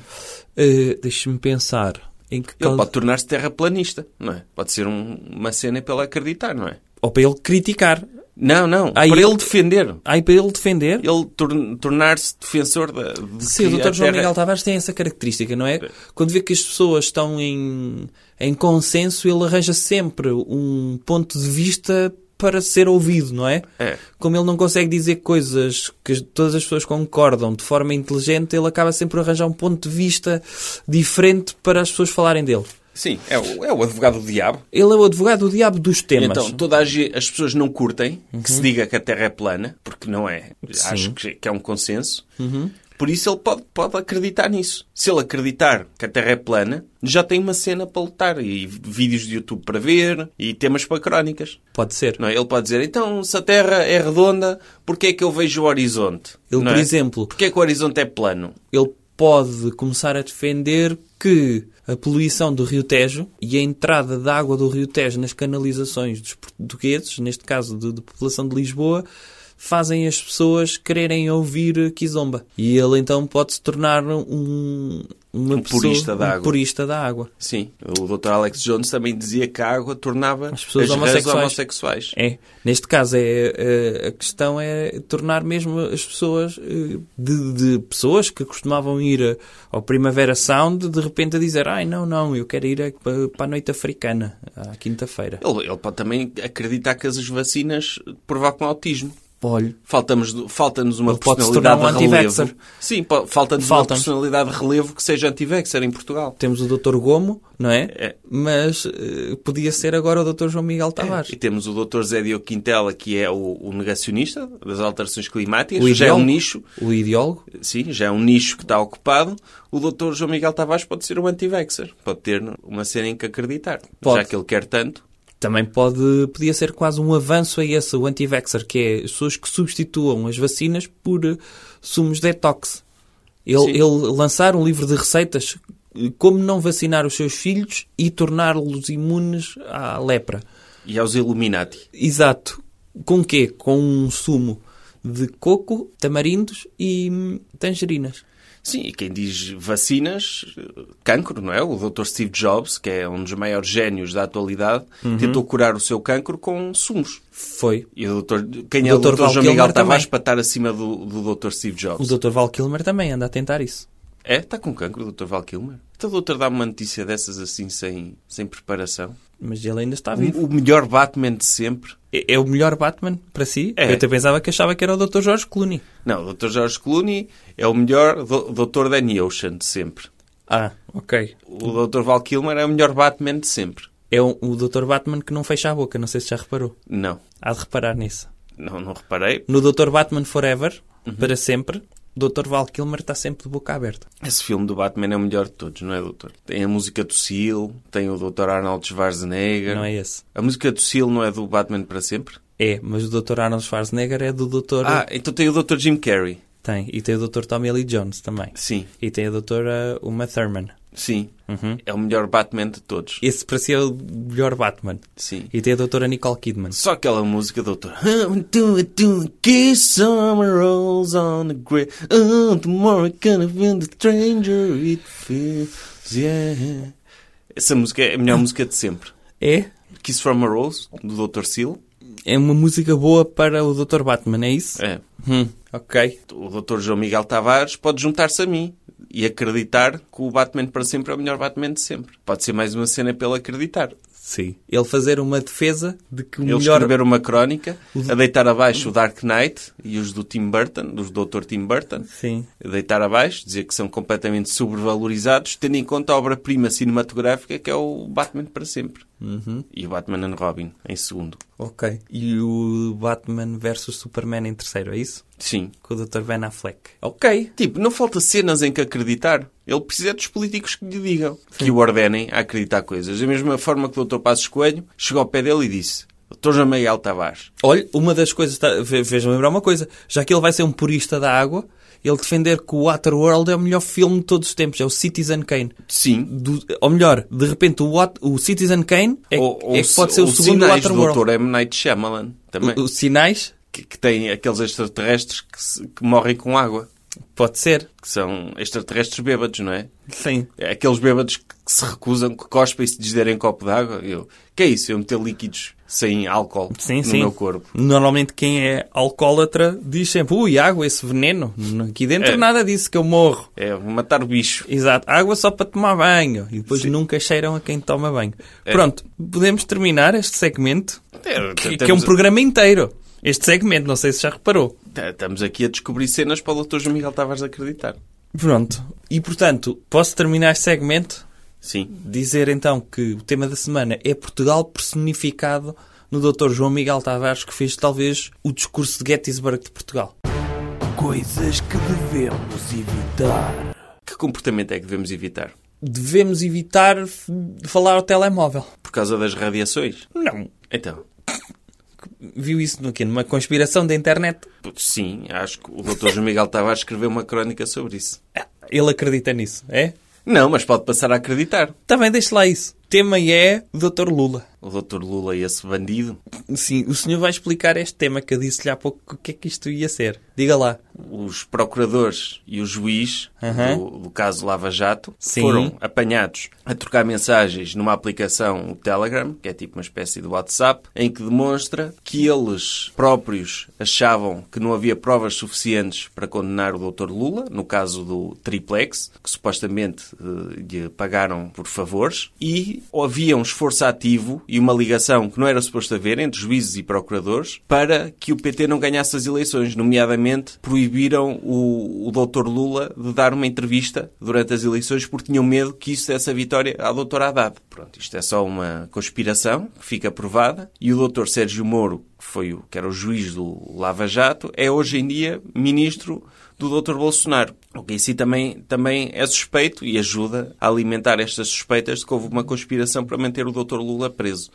S3: Uh, Deixa-me pensar. Em que
S2: Ele
S3: causa-
S2: pode tornar-se terraplanista, não é? Pode ser um- uma cena para ele acreditar, não é?
S3: Ou para ele criticar.
S2: Não, não.
S3: Ah,
S2: para
S3: ele-
S2: ele defender.
S3: Aí para ele defender.
S2: Ele tor- tornar-se defensor da. de
S3: Sim,
S2: que
S3: o Dr.
S2: a
S3: João
S2: terra-
S3: Miguel Tavares tem essa característica, não é? Quando vê que as pessoas estão em, em consenso, ele arranja sempre um ponto de vista para ser ouvido, não é?
S2: É.
S3: Como ele não consegue dizer coisas que as- todas as pessoas concordam de forma inteligente, ele acaba sempre por arranjar um ponto de vista diferente para as pessoas falarem dele.
S2: Sim, é o, é o advogado do diabo.
S3: Ele é o advogado do diabo dos temas. Uhum.
S2: Então, todas as pessoas não curtem que se diga que a Terra é plana, porque não é.
S3: Sim. Uhum.
S2: Acho que, que é um consenso. Por isso, ele pode, pode acreditar nisso. Se ele acreditar que a Terra é plana, já tem uma cena para lutar. E vídeos de YouTube para ver, e temas para crónicas.
S3: Pode ser.
S2: Não é? Ele pode dizer, então, se a Terra é redonda, porquê é que eu vejo o horizonte?
S3: Ele,
S2: Não
S3: por
S2: é?
S3: exemplo,
S2: Porquê é que o horizonte é plano?
S3: ele pode começar a defender que a poluição do Rio Tejo e a entrada da água do Rio Tejo nas canalizações dos portugueses, neste caso de, de população de Lisboa, fazem as pessoas quererem ouvir Kizomba. E ele então pode se tornar um, uma
S2: Um
S3: pessoa-
S2: purista da
S3: um
S2: água.
S3: purista da água.
S2: Sim, o Dr. Alex Jones também dizia que a água tornava
S3: As pessoas
S2: rãs
S3: homossexuais.
S2: homossexuais.
S3: É. Neste caso, é, eh, a questão é tornar mesmo as pessoas eh, de, de pessoas que costumavam ir eh, ao Primavera Sound de repente a dizer ai não, não, eu quero ir eh, pa- para a noite africana, à quinta-feira.
S2: Ele, ele pode também acreditar que as vacinas provocam autismo.
S3: Olho.
S2: Faltamos, falta-nos uma
S3: Ele pode se
S2: personalidade
S3: tornar um
S2: de
S3: anti-vaxxer.
S2: relevo. Sim, po- falta-nos uma
S3: Falta-nos.
S2: personalidade de relevo que seja anti-vaxxer em Portugal.
S3: Temos o Dr. Gomo, não é?
S2: É.
S3: Mas eh, podia ser agora o Dr. João Miguel Tavares.
S2: E temos o Dr. Zé Diogo Quintela, que é o, o negacionista das alterações climáticas.
S3: O
S2: já é um
S3: ideólogo.
S2: nicho.
S3: O ideólogo.
S2: Sim, já é um nicho que está ocupado. O Dr. João Miguel Tavares pode ser um anti-vaxxer. Pode ter uma cena em que acreditar.
S3: Pode.
S2: Já que ele quer tanto.
S3: Também pode, podia ser quase um avanço a esse, o anti-vaxxer, que é as pessoas que substituam as vacinas por eh, sumos detox. Ele,
S2: Sim.
S3: ele lançar um livro de receitas eh, como não vacinar os seus filhos e torná-los imunes à lepra.
S2: E aos Illuminati.
S3: Exato. Com quê? Com um sumo de coco, tamarindos e hum, tangerinas.
S2: Sim, e quem diz vacinas, cancro, não é? O Dr. Steve Jobs, que é um dos maiores génios da atualidade,
S3: Uhum.
S2: tentou curar o seu cancro com sumos.
S3: Foi.
S2: E o doutor, quem é
S3: O
S2: o
S3: Dr.
S2: doutor João
S3: Val
S2: Miguel
S3: Kilmer também.
S2: Tavares para estar acima do, do Dr. Steve
S3: O
S2: Jobs?
S3: Dr. Val Kilmer também anda a tentar isso.
S2: É? Está com cancro o Dr. Val Kilmer? Então o doutor dá uma notícia dessas assim sem, sem preparação?
S3: Mas ele ainda está vivo.
S2: O, o melhor Batman de sempre?
S3: É, é o melhor Batman para si?
S2: É.
S3: Eu até pensava que achava que era o Dr. Jorge Clooney.
S2: Não, o Dr. George Clooney é o melhor do, Dr. Danny Ocean de sempre.
S3: Ah, ok.
S2: O Dr. Val Kilmer é o melhor Batman de sempre.
S3: É o, o Dr. Batman que não fecha a boca, não sei se já reparou.
S2: Não,
S3: Há de reparar nisso.
S2: não, não reparei.
S3: No Dr. Batman Forever,
S2: Uhum.
S3: para sempre, o Dr. Val Kilmer está sempre de boca aberta.
S2: Esse filme do Batman é o melhor de todos, não é, doutor? Tem a música do Seal, tem o Dr. Arnold Schwarzenegger.
S3: Não é esse.
S2: A música do Seal não é do Batman para sempre?
S3: É, mas o Dr. Arnold Schwarzenegger é do Dr.
S2: Ah, então tem o Dr. Jim Carrey.
S3: Tem. E tem o Dr. Tommy Lee Jones também.
S2: Sim,
S3: E tem a Dra. Uma Thurman.
S2: sim.
S3: Uhum.
S2: É o melhor Batman de todos.
S3: Esse parecia o melhor Batman.
S2: Sim.
S3: E tem a Dra. Nicole Kidman.
S2: Só aquela música, doutor. I'm doing, doing, kiss summer rolls on the grave. Oh, tomorrow gonna feel the stranger it feels, yeah. Essa música é a melhor música de sempre.
S3: É?
S2: Kiss from a Rose, do Dr. Seal.
S3: É uma música boa para o Dr. Batman, é isso?
S2: É.
S3: Hum, ok.
S2: O Dr. João Miguel Tavares pode juntar-se a mim e acreditar que o Batman para sempre é o melhor Batman de sempre. Pode ser mais uma cena pelo acreditar.
S3: Sim. Ele fazer uma defesa de que o
S2: Ele
S3: melhor...
S2: escrever uma crónica, a deitar abaixo o Dark Knight e os do Tim Burton, dos Dr. Tim Burton,
S3: Sim.
S2: a deitar abaixo, dizer que são completamente sobrevalorizados, tendo em conta a obra-prima cinematográfica que é o Batman para sempre.
S3: Uhum.
S2: E o Batman and Robin, em segundo.
S3: Ok. E o Batman versus Superman em terceiro, é isso?
S2: Sim.
S3: Com o Dr. Ben Affleck. Ok.
S2: Tipo, não falta cenas em que acreditar. Ele precisa é dos políticos que lhe digam, que o ordenem a acreditar coisas. Da mesma forma que o Dr. Passos Coelho chegou ao pé dele e disse: Dr. Jamael Tavares.
S3: Olha, uma das coisas... Tá, ve- Fez-me lembrar uma coisa. Já que ele vai ser um purista da água, ele defender que o Waterworld é o melhor filme de todos os tempos. É o Citizen Kane.
S2: Sim.
S3: Do, ou melhor, de repente o, Wat- o Citizen Kane é, é que
S2: se-
S3: pode ser o
S2: os
S3: segundo
S2: sinais do
S3: Waterworld.
S2: Dr. M. Night Shyamalan também.
S3: O- Os sinais?
S2: Que, que tem aqueles extraterrestres que, se- que morrem com água.
S3: Pode ser.
S2: Que são extraterrestres bêbados, não é?
S3: Sim.
S2: É Aqueles bêbados que que se recusam, que cospem e se desderem copo d'água. Eu, que é isso? Eu meter líquidos sem álcool
S3: Sim,
S2: no
S3: sim.
S2: meu corpo.
S3: Normalmente quem é alcoólatra diz sempre, ui, água, esse veneno. N- Aqui dentro
S2: É.
S3: nada disso, que eu morro.
S2: É matar o bicho.
S3: Exato. Água só para tomar banho. E depois
S2: Sim.
S3: nunca cheiram a quem toma banho. Pronto. Podemos terminar este segmento,
S2: É,
S3: que, que é um
S2: temos-
S3: programa inteiro. Este segmento, não sei se já reparou.
S2: Tá, Estamos aqui a descobrir cenas para o Dr. João Miguel Tavares acreditar.
S3: Pronto. E, portanto, posso terminar este segmento
S2: Sim.
S3: dizer então que o tema da semana é Portugal personificado no Dr. João Miguel Tavares, que fez talvez o discurso de Gettysburg de Portugal.
S1: Coisas que devemos evitar.
S2: Que comportamento é que devemos evitar?
S3: Devemos evitar f- falar ao telemóvel.
S2: Por causa das radiações?
S3: Não.
S2: Então,
S3: Viu isso no quê? Numa conspiração da internet?
S2: putz, sim, acho que o Dr. João Miguel Tavares escreveu uma crónica sobre isso.
S3: Ah, Ele acredita nisso, é?
S2: Não, mas pode passar a acreditar.
S3: Também deixe lá isso. Tema é Dr. Lula.
S2: O Dr. Lula e esse bandido.
S3: Sim, o senhor vai explicar este tema que eu disse-lhe há pouco o que é que isto ia ser. Diga lá.
S2: os procuradores e o juiz
S3: Aham.
S2: do, do caso Lava Jato
S3: Sim.
S2: foram apanhados a trocar mensagens numa aplicação o Telegram, que é tipo uma espécie de WhatsApp, em que demonstra que eles próprios achavam que não havia provas suficientes para condenar o Dr. Lula, no caso do Triplex, que supostamente eh, lhe pagaram por favores, e havia um esforço ativo e uma ligação que não era suposto haver entre juízes e procuradores para que o PT não ganhasse as eleições, nomeadamente proibiram o, o Dr. Lula de dar uma entrevista durante as eleições porque tinham medo que isso desse a vitória à Dra. Haddad. Pronto, isto é só uma conspiração que fica provada e o Dr. Sérgio Moro, que, foi o, que era o juiz do Lava Jato, é hoje em dia ministro do Dr. Bolsonaro. O que em si também, também é suspeito e ajuda a alimentar estas suspeitas de que houve uma conspiração para manter o Dr. Lula preso.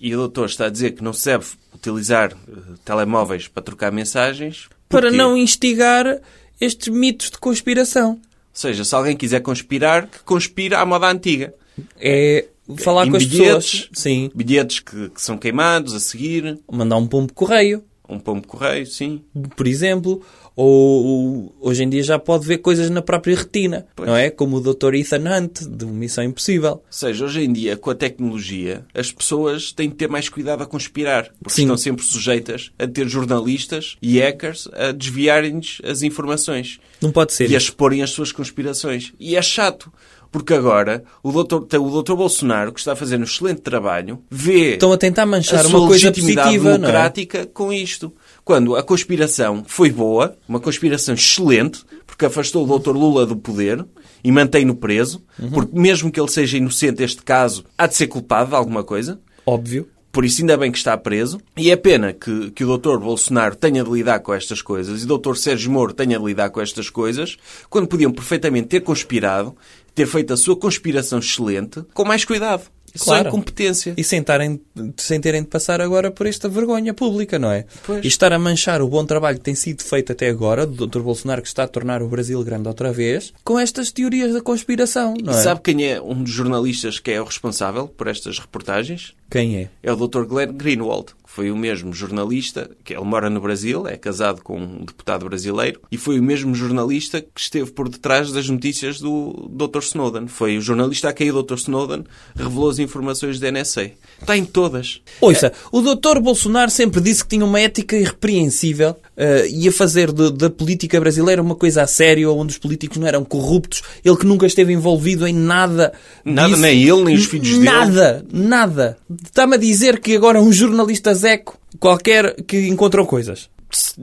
S2: E o doutor está a dizer que não se deve utilizar eh, telemóveis para trocar mensagens.
S3: Para
S2: Porquê?
S3: não
S2: Ou
S3: instigar estes mitos de conspiração.
S2: seja, se alguém quiser conspirar, que conspira à moda antiga.
S3: É falar
S2: Em
S3: com as
S2: bilhetes.
S3: pessoas. Sim.
S2: Bilhetes que, que são queimados a seguir.
S3: Mandar um pombo correio.
S2: Um pombo-correio, sim.
S3: por exemplo, ou, ou hoje em dia já pode ver coisas na própria retina,
S2: Pois.
S3: não é? Como o Dr. Ethan Hunt, de Missão Impossível.
S2: Ou seja, hoje em dia, com a tecnologia, as pessoas têm de ter mais cuidado a conspirar, porque
S3: Sim.
S2: estão sempre sujeitas a ter jornalistas e hackers a desviarem-lhes as informações
S3: Não pode ser.
S2: e a exporem as suas conspirações. E é chato, porque agora o doutor, o doutor Bolsonaro, que está a fazer um excelente trabalho, vê
S3: Estão a tentar
S2: a
S3: manchar
S2: sua
S3: uma coisa
S2: legitimidade
S3: positiva, não é?
S2: democrática com isto. Quando a conspiração foi boa, uma conspiração excelente, porque afastou o Dr. Lula do poder e mantém-no preso,
S3: Uhum.
S2: porque mesmo que ele seja inocente este caso, há de ser culpado de alguma coisa.
S3: Óbvio.
S2: Por isso, ainda bem que está preso. E é pena que, que o Dr. Bolsonaro tenha de lidar com estas coisas e o Dr. Sérgio Moro tenha de lidar com estas coisas, quando podiam perfeitamente ter conspirado, ter feito a sua conspiração excelente, com mais cuidado. Só
S3: Claro.
S2: incompetência.
S3: E sem, tarem, sem terem de passar agora por esta vergonha pública, não é?
S2: Pois.
S3: E estar a manchar o bom trabalho que tem sido feito até agora, do Dr. Bolsonaro, que está a tornar o Brasil grande outra vez, com estas teorias da conspiração, não
S2: E
S3: é?
S2: sabe quem é um dos jornalistas que é o responsável por estas reportagens?
S3: Quem é?
S2: É o Dr. Glenn Greenwald, que foi o mesmo jornalista, que ele mora no Brasil, é casado com um deputado brasileiro, e foi o mesmo jornalista que esteve por detrás das notícias do Dr. Snowden. Foi o jornalista a quem o Dr. Snowden revelou as informações da NSA. Está em todas.
S3: Ouça, o doutor Bolsonaro sempre disse que tinha uma ética irrepreensível eh, e ia fazer de- da política brasileira uma coisa a sério, onde os políticos não eram corruptos, ele que nunca esteve envolvido em nada.
S2: Nada, nem ele, nem os filhos dele.
S3: Nada, nada. Está-me a dizer que agora um jornalista zeco qualquer que encontrou coisas.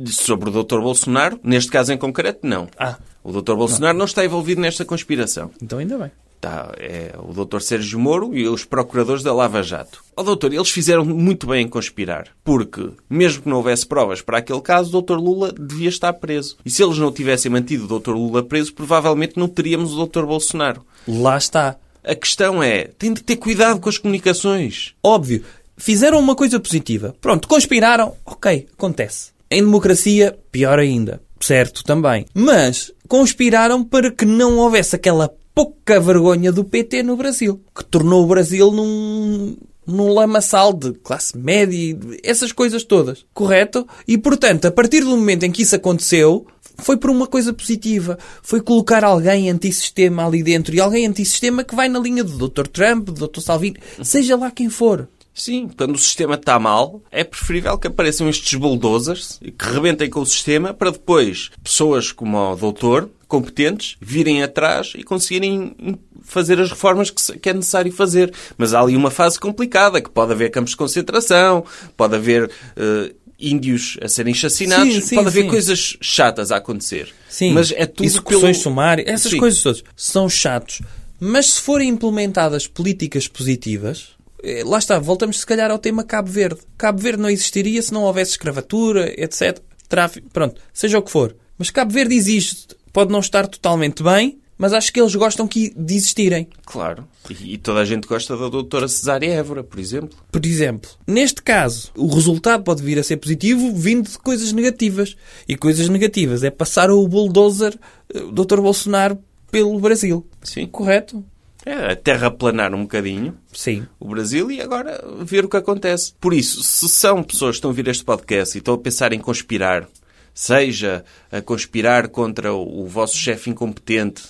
S2: Sobre o Dr. Bolsonaro, neste caso em concreto, não.
S3: Ah.
S2: O Dr. Bolsonaro não está envolvido nesta conspiração.
S3: Então ainda bem.
S2: Tá, é o Dr. Sérgio Moro e os procuradores da Lava Jato. Ó doutor, eles fizeram muito bem em conspirar, porque, mesmo que não houvesse provas para aquele caso, o Dr. Lula devia estar preso. E se eles não tivessem mantido o Dr. Lula preso, provavelmente não teríamos o Dr. Bolsonaro.
S3: Lá está.
S2: A questão é, tem de ter cuidado com as comunicações.
S3: Óbvio. Fizeram uma coisa positiva. Pronto, conspiraram. Ok, acontece. Em democracia, pior ainda. Certo, também. Mas conspiraram para que não houvesse aquela pouca vergonha do PT no Brasil, que tornou o Brasil num, num lamaçal de classe média, e essas coisas todas. Correto? E portanto, a partir do momento em que isso aconteceu, foi por uma coisa positiva. Foi colocar alguém antissistema ali dentro. E alguém antissistema que vai na linha do Dr. Trump, do Dr. Salvini, seja lá quem for.
S2: Sim, quando o sistema está mal, é preferível que apareçam estes bulldozers que rebentem com o sistema para depois pessoas como o doutor, competentes, virem atrás e conseguirem fazer as reformas que, se- que é necessário fazer. Mas há ali uma fase complicada, que pode haver campos de concentração, pode haver eh, índios a serem chacinados,
S3: Sim, sim,
S2: pode haver
S3: sim.
S2: coisas chatas a acontecer.
S3: Sim,
S2: Mas é tudo
S3: execuções
S2: pelo...
S3: sumárias, essas
S2: Sim.
S3: coisas todas são chatos. Mas se forem implementadas políticas positivas, eh, lá está, voltamos se calhar ao tema Cabo Verde. Cabo Verde não existiria se não houvesse escravatura, etc. Tráfico, pronto, seja o que for. Mas Cabo Verde existe, pode não estar totalmente bem, mas acho que eles gostam que, de existirem.
S2: Claro. E, e toda a gente gosta da doutora Cesária Évora, por exemplo.
S3: Por exemplo, neste caso, o resultado pode vir a ser positivo vindo de coisas negativas. E coisas negativas é passar o bulldozer eh, Dr. Bolsonaro pelo Brasil.
S2: Sim.
S3: Correto?
S2: É, a terra planar um bocadinho.
S3: Sim.
S2: o Brasil e agora ver o que acontece. Por isso, se são pessoas que estão a ouvir este podcast e estão a pensar em conspirar, seja a conspirar contra o, o vosso chefe incompetente,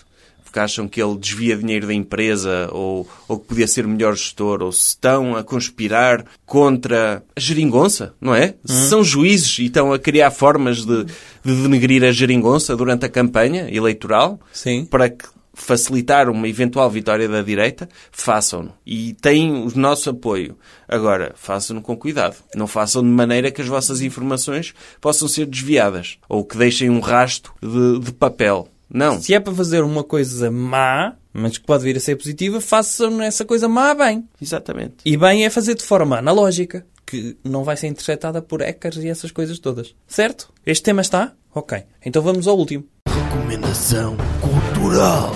S2: porque acham que ele desvia dinheiro da empresa ou, ou que podia ser melhor gestor, ou se estão a conspirar contra a geringonça, não é? Se são juízes e estão a criar formas de, de denegrir a geringonça durante a campanha eleitoral,
S3: Sim.
S2: para que facilitar uma eventual vitória da direita, façam-no. E têm o nosso apoio. Agora, façam-no com cuidado. Não façam de maneira que as vossas informações possam ser desviadas ou que deixem um rasto de, de papel. Não.
S3: Se é para fazer uma coisa má, mas que pode vir a ser positiva, façam essa coisa má bem.
S2: Exatamente.
S3: E bem é fazer de forma analógica, que não vai ser interceptada por hackers e essas coisas todas. Certo? Este tema está? Ok. Então vamos ao último.
S1: Recomendação cultural.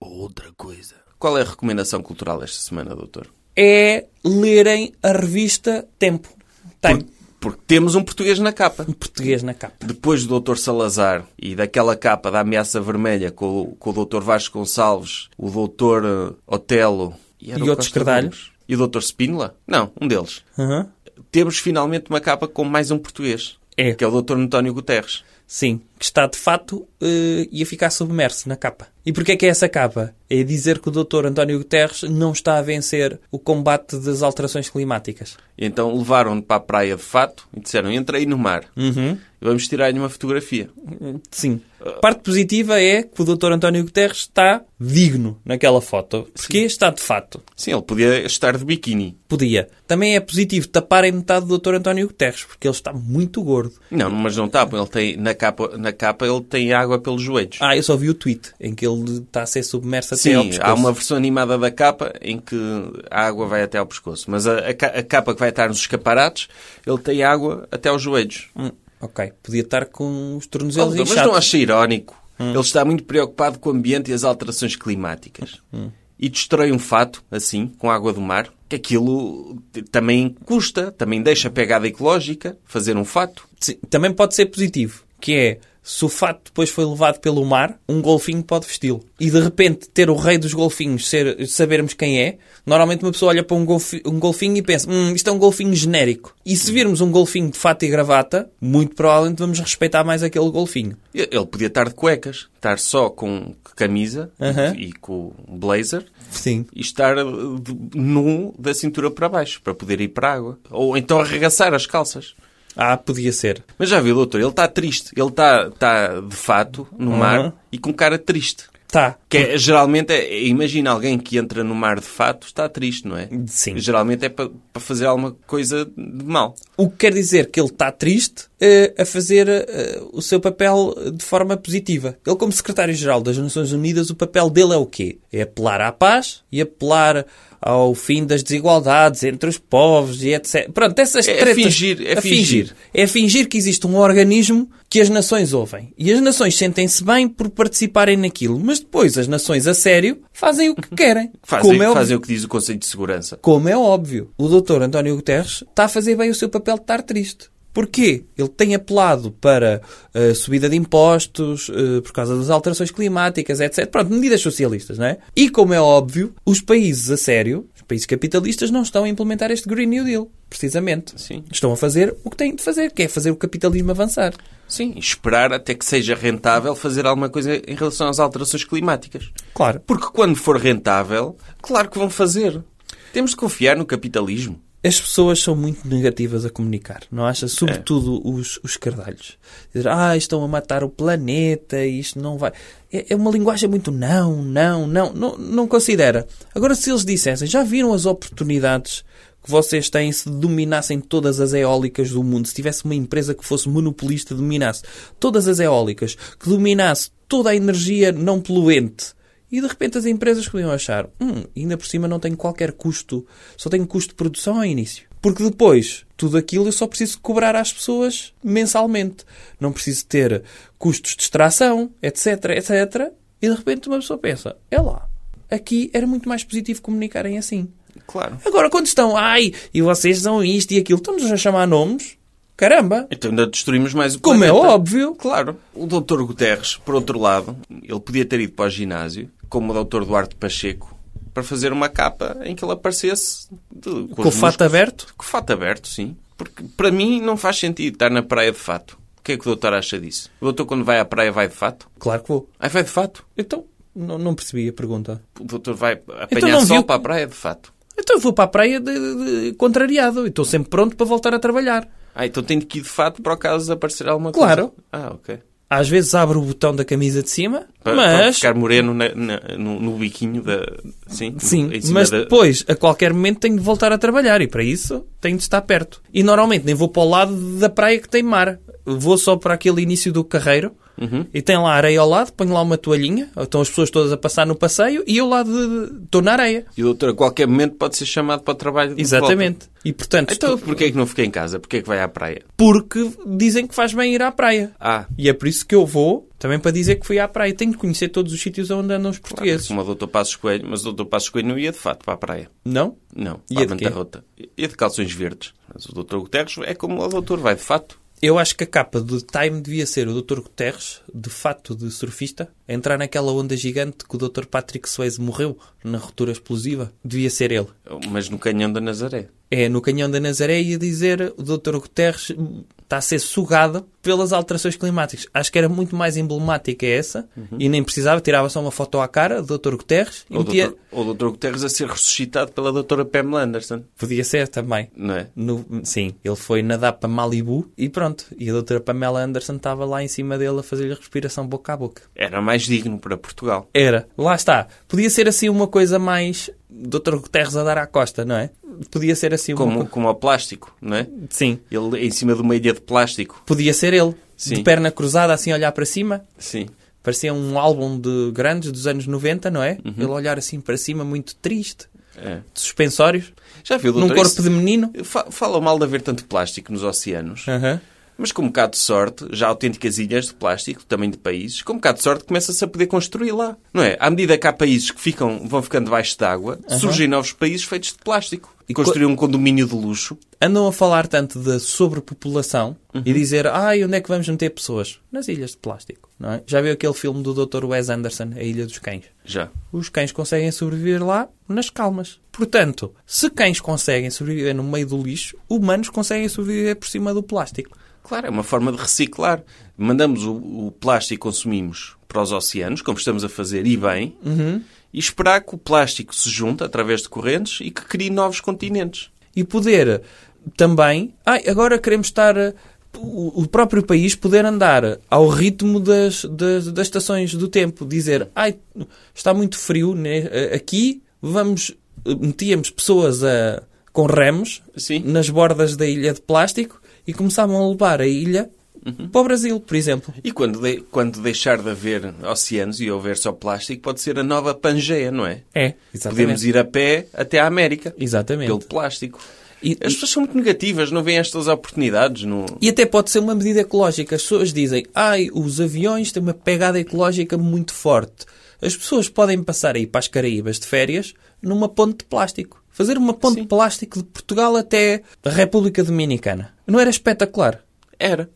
S1: Ou outra coisa.
S2: Qual é a recomendação cultural esta semana, doutor?
S3: É lerem a revista Tempo. Time.
S2: Por- Porque temos um português na capa.
S3: Em português na capa.
S2: Depois do Dr. Salazar e daquela capa da ameaça vermelha com, o- com o Dr. Vasco Gonçalves, o Dr. eh, Otelo era
S3: E
S2: o
S3: outros
S2: Costa
S3: cardalhos?
S2: Gomes. E o Dr. Spínola? Não, um deles.
S3: Aham.
S2: Temos finalmente uma capa com mais um português.
S3: É.
S2: Que é o Dr. António Guterres.
S3: Sim, que está de fato eh, ia ficar submerso na capa. E porquê é que é essa capa? É dizer que o Dr. António Guterres não está a vencer o combate das alterações climáticas.
S2: E então levaram-no para a praia de fato e disseram: entra aí no mar. E vamos tirar-lhe uma fotografia.
S3: Sim. Parte positiva é que o Dr. António Guterres está digno naquela foto. Porque está de fato.
S2: Sim, ele podia estar de biquíni.
S3: Podia. Também é positivo taparem metade do Dr. António Guterres, porque ele está muito gordo.
S2: Não, mas não está. Ele tem, na, capa, na capa ele tem água pelos joelhos.
S3: Ah, eu só vi o tweet em que ele está a ser submerso até ao
S2: Sim,
S3: pescoço.
S2: há uma versão animada da capa em que a água vai até ao pescoço. Mas a, a ca- a capa que vai estar nos escaparates, ele tem água até aos joelhos.
S3: Hum, ok, podia estar com os
S2: Oh,
S3: tornozelos
S2: Mas
S3: inchados.
S2: não acha irónico?
S3: Hum.
S2: Ele está muito preocupado com o ambiente e as alterações climáticas.
S3: Hum.
S2: E destrói um fato, assim, com água do mar, que aquilo t- também custa, também deixa pegada ecológica, fazer um fato.
S3: Sim, também pode ser positivo, que é se o fato depois foi levado pelo mar, um golfinho pode vesti-lo. E de repente ter o rei dos golfinhos, ser, sabermos quem é, normalmente uma pessoa olha para um, golfi- um golfinho e pensa, hum, isto é um golfinho genérico. E se virmos um golfinho de fato e gravata, muito provavelmente vamos respeitar mais aquele golfinho.
S2: E- Ele podia estar de cuecas, estar só com camisa
S3: Aham.
S2: e, e com blazer,
S3: Sim.
S2: e estar eh, de- nu da cintura para baixo, para poder ir para a água. Ou então arregaçar as calças.
S3: Ah, podia ser.
S2: Mas já viu, doutor, ele está triste. Ele está, está de fato, no
S3: Uhum.
S2: mar, e com cara triste.
S3: Tá.
S2: Que é, geralmente, é, é- imagina alguém que entra no mar de fato, está triste, não é?
S3: Sim.
S2: Geralmente é para fazer alguma coisa de mal.
S3: O que quer dizer que ele está triste eh, a fazer eh, o seu papel de forma positiva. Ele, como secretário-geral das Nações Unidas, o papel dele é o quê? É apelar à paz e apelar ao fim das desigualdades entre os povos e etc. Pronto, essas
S2: É
S3: tretas.
S2: fingir, é
S3: a
S2: fingir.
S3: É fingir que existe um organismo que as nações ouvem. E as nações sentem-se bem por participarem naquilo. Mas depois as nações, a sério, fazem o que querem.
S2: Fazem,
S3: Como é óbvio.
S2: fazem o que diz o Conselho de Segurança.
S3: Como é óbvio, o doutor António Guterres está a fazer bem o seu papel de estar triste. Porquê? Ele tem apelado para a subida de impostos, eh, por causa das alterações climáticas, etc. Pronto, medidas socialistas, não é? E como é óbvio, os países a sério, os países capitalistas, não estão a implementar este Green New Deal, precisamente.
S2: Sim.
S3: Estão a fazer o que têm de fazer, que é fazer o capitalismo avançar.
S2: Sim, e esperar até que seja rentável fazer alguma coisa em relação às alterações climáticas.
S3: Claro.
S2: Porque quando for rentável, claro que vão fazer. Temos de confiar no capitalismo.
S3: As pessoas são muito negativas a comunicar, não acha? Sobretudo os, os cardalhos. Dizer, ah, estão a matar o planeta, isto não vai. É, é uma linguagem muito não, não, não, não, não considera. Agora, se eles dissessem, já viram as oportunidades que vocês têm se dominassem todas as eólicas do mundo, se tivesse uma empresa que fosse monopolista, dominasse todas as eólicas, que dominasse toda a energia não poluente, e de repente as empresas podiam achar, hum, ainda por cima não tenho qualquer custo, só tenho custo de produção ao início. Porque depois, tudo aquilo eu só preciso cobrar às pessoas mensalmente. Não preciso ter custos de extração, etc, etc. E de repente uma pessoa pensa, é lá, aqui era muito mais positivo comunicarem assim.
S2: Claro.
S3: Agora, quando estão, ai, e vocês são isto e aquilo, estão-nos a chamar nomes? Caramba!
S2: Então ainda destruímos mais o
S3: Como é
S2: planeta.
S3: óbvio,
S2: Claro. O Dr. Guterres, por outro lado, ele podia ter ido para o ginásio, como o Dr. Duarte Pacheco, para fazer uma capa em que ele aparecesse de-
S3: com o
S2: os
S3: fato
S2: músculos-
S3: aberto,
S2: Com o fato aberto, sim. Porque para mim não faz sentido estar na praia de fato. O que é que o doutor acha disso? O doutor quando vai à praia vai de fato?
S3: claro que vou.
S2: Aí vai de fato.
S3: Então, não, não percebi a pergunta.
S2: O doutor vai apanhar
S3: Então não
S2: sol
S3: viu-
S2: para a praia de fato.
S3: Então eu vou para a praia de, de- de- contrariado e estou sempre pronto para voltar a trabalhar.
S2: Ah, então tem que ir de fato para o caso de aparecer alguma
S3: Claro.
S2: coisa. Ah, ok.
S3: Às vezes abro o botão da camisa de cima,
S2: Para, para
S3: mas.
S2: ficar moreno na- na- no, no biquinho da... Sim,
S3: Sim,
S2: em cima
S3: mas
S2: da-
S3: depois, a qualquer momento, tenho de voltar a trabalhar e para isso tenho de estar perto. E normalmente nem vou para o lado da praia que tem mar. Vou só para aquele início do carreiro
S2: Uhum.
S3: e tem lá areia ao lado, ponho lá uma toalhinha, ou estão as pessoas todas a passar no passeio e eu lá de- de- estou na areia.
S2: E o doutor a qualquer momento pode ser chamado para o trabalho de volta.
S3: Exatamente. E portanto,
S2: Então porquê é que não fica em casa? Porquê é que vai à praia?
S3: porque dizem que faz bem ir à praia.
S2: Ah,
S3: E é por isso que eu vou, também para dizer que fui à praia. Tenho de conhecer todos os sítios onde andam os portugueses.
S2: como o doutor Passos Coelho, mas o doutor Passos Coelho não ia de fato para a praia.
S3: Não?
S2: Não, para
S3: Ia
S2: a
S3: de quê?
S2: Mantarrota. Ia de calções verdes. Mas o doutor Guterres é como o doutor, vai de fato.
S3: Eu acho que a capa do Time devia ser o Dr. Guterres, de fato de surfista, a entrar naquela onda gigante que o Dr. Patrick Swayze morreu na ruptura explosiva. Devia ser ele.
S2: Mas no canhão da Nazaré.
S3: é no Canhão da Nazaré e a dizer o Dr. Guterres está a ser sugado pelas alterações climáticas. Acho que era muito mais emblemática essa e nem precisava, tirava só uma foto à cara do Dr. Guterres e
S2: Uhum. Ou
S3: metia...
S2: doutor- ou o Dr. Guterres a ser ressuscitado pela doutora Pamela Anderson,
S3: Podia ser também.
S2: não é?
S3: No- sim, ele foi nadar para Malibu e pronto. E a doutora Pamela Anderson estava lá em cima dele a fazer-lhe respiração boca a boca.
S2: Era mais digno para Portugal.
S3: Era. Lá está. Podia ser assim uma coisa mais... Dr. Guterres a dar à costa, não é? Podia ser assim uma...
S2: Como,
S3: co-
S2: como ao plástico, não é?
S3: Sim.
S2: Ele em cima de uma ilha de plástico.
S3: Podia ser ele.
S2: Sim.
S3: De perna cruzada, assim, a olhar para cima.
S2: Sim.
S3: Parecia um álbum de grandes dos anos 90, não
S2: Uhum.
S3: é? Ele olhar assim para cima, muito triste.
S2: É.
S3: De suspensórios.
S2: Já viu, doutor?
S3: num corpo
S2: isso-
S3: de menino.
S2: Fa- Falam mal de haver tanto plástico nos oceanos.
S3: Aham.
S2: Mas com um bocado de sorte, já autênticas ilhas de plástico, também de países, com um bocado de sorte começa-se a poder construir lá. Não é? À medida que há países que ficam, vão ficando debaixo d'água, surgem novos países feitos de plástico. E construir um condomínio de luxo.
S3: Andam a falar tanto da sobrepopulação e dizer, ai, onde é que vamos meter pessoas? Nas ilhas de plástico, não é? Já viu aquele filme do Dr. Wes Anderson, A Ilha dos Cães?
S2: Já.
S3: Os cães conseguem sobreviver lá nas calmas. Portanto, se cães conseguem sobreviver no meio do lixo, humanos conseguem sobreviver por cima do plástico.
S2: Claro, é uma forma de reciclar. Mandamos o, o plástico que consumimos para os oceanos, como estamos a fazer, e bem, e esperar que o plástico se junte através de correntes e que crie novos continentes.
S3: e poder também. Ai, agora queremos estar. eh, O o próprio país poder andar ao ritmo das, das, das estações do tempo, dizer ai, está muito frio né? eh, aqui, vamos. eh, metíamos pessoas a, com remos
S2: Sim.
S3: nas bordas da ilha de plástico e começavam a levar a ilha
S2: Uhum.
S3: para o Brasil, por exemplo.
S2: E quando, de- quando deixar de haver oceanos e houver só plástico, pode ser a nova Pangeia, não é?
S3: É,
S2: Podemos ir a pé até à América.
S3: Exatamente.
S2: Pelo plástico.
S3: E-
S2: As pessoas são muito negativas, não veem estas oportunidades. Não...
S3: E até pode ser uma medida ecológica. As pessoas dizem, ai, os aviões têm uma pegada ecológica muito forte. As pessoas podem passar aí para as Caraíbas de férias numa ponte de plástico. Fazer uma ponte de plástico de Portugal até a República Dominicana. Não era espetacular?
S2: Era.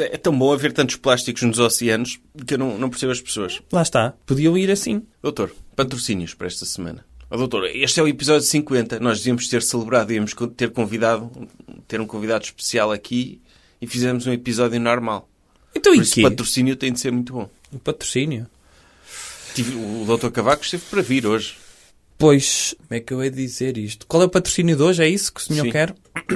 S2: É tão bom haver tantos plásticos nos oceanos que eu não, não percebo as pessoas.
S3: Lá está. Podiam ir assim.
S2: Doutor, patrocínios para esta semana. Ó, doutor, este é o episódio 50. Nós devíamos ter celebrado, devíamos co- ter convidado, ter um convidado especial aqui e fizemos um episódio normal.
S3: Então
S2: Por
S3: e
S2: isso,
S3: quê?
S2: patrocínio tem de ser muito bom.
S3: O patrocínio?
S2: Tive- o doutor Cavaco esteve para vir hoje.
S3: Pois, como é que eu hei de dizer isto? Qual é o patrocínio de hoje? É isso que o senhor
S2: Sim.
S3: quer? (coughs)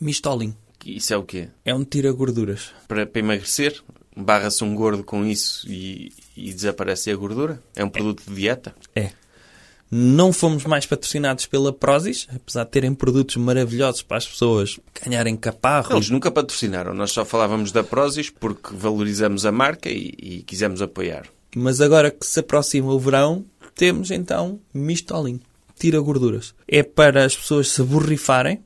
S3: Mistolin.
S2: Isso é o quê?
S3: É um tira-gorduras.
S2: Para, para emagrecer? Barra-se um gordo com isso e, e desaparece a gordura? É um produto de dieta?
S3: É. Não fomos mais patrocinados pela Prozis, apesar de terem produtos maravilhosos para as pessoas ganharem caparro.
S2: Eles nunca patrocinaram. Nós só falávamos da Prozis porque valorizamos a marca e, e quisemos apoiar.
S3: Mas agora que se aproxima o verão, temos então mistolinho. Tira gorduras. É para as pessoas se borrifarem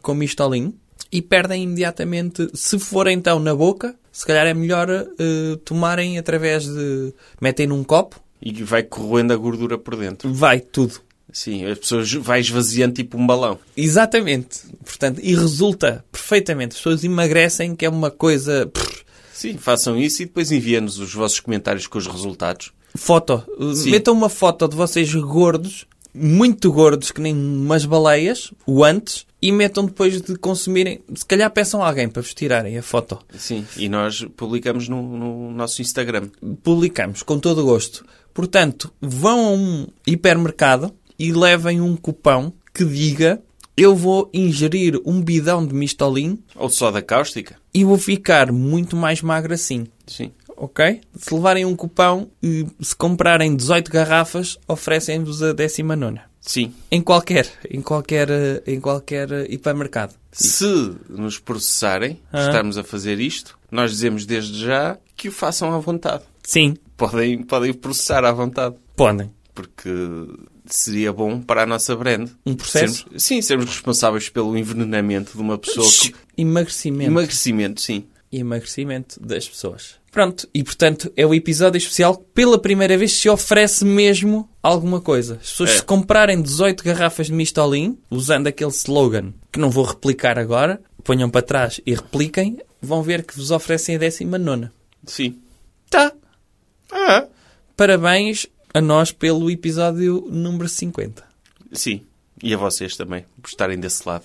S3: com mistolinho e perdem imediatamente. Se for então na boca, se calhar é melhor eh, tomarem através de. metem num copo,
S2: E vai corroendo a gordura por dentro.
S3: vai tudo.
S2: Sim, as pessoas vai esvaziando tipo um balão.
S3: Exatamente. Portanto, e resulta perfeitamente. As pessoas emagrecem, que é uma coisa. pff,
S2: Sim, façam isso e depois enviem-nos os vossos comentários com os resultados.
S3: foto.
S2: Sim.
S3: Metam uma foto de vocês gordos, muito gordos, que nem umas baleias, o antes, e metam depois de consumirem. Se calhar peçam a alguém para vos tirarem a foto.
S2: Sim, e nós publicamos no, no nosso Instagram.
S3: Publicamos, com todo o gosto. Portanto, vão a um hipermercado e levem um cupão que diga: Eu vou ingerir um bidão de mistolim
S2: Ou só da cáustica.
S3: e vou ficar muito mais magro assim.
S2: Sim.
S3: Ok? Se levarem um cupão e se comprarem 18 garrafas, oferecem-vos a 19.
S2: Sim.
S3: Em qualquer, em qualquer, eh, em qualquer eh, hipermercado.
S2: Se nos processarem, por
S3: Ah.
S2: estarmos a fazer isto, nós dizemos desde já que o façam à vontade.
S3: Sim,
S2: Podem, podem processar à vontade.
S3: podem.
S2: Porque seria bom para a nossa brand.
S3: Um processo?
S2: Sermos- sim, sermos responsáveis pelo envenenamento de uma pessoa. Que...
S3: Emagrecimento.
S2: Emagrecimento, sim.
S3: E emagrecimento das pessoas. Pronto, e portanto é o episódio especial que pela primeira vez se oferece mesmo alguma coisa. As pessoas
S2: É.
S3: se comprarem 18 garrafas de Mistolin, usando aquele slogan que não vou replicar agora, ponham para trás e repliquem, vão ver que vos oferecem a 19.
S2: Sim.
S3: Tá,
S2: Ah,
S3: parabéns a nós pelo episódio número 50.
S2: sim. E a vocês também, por estarem desse lado.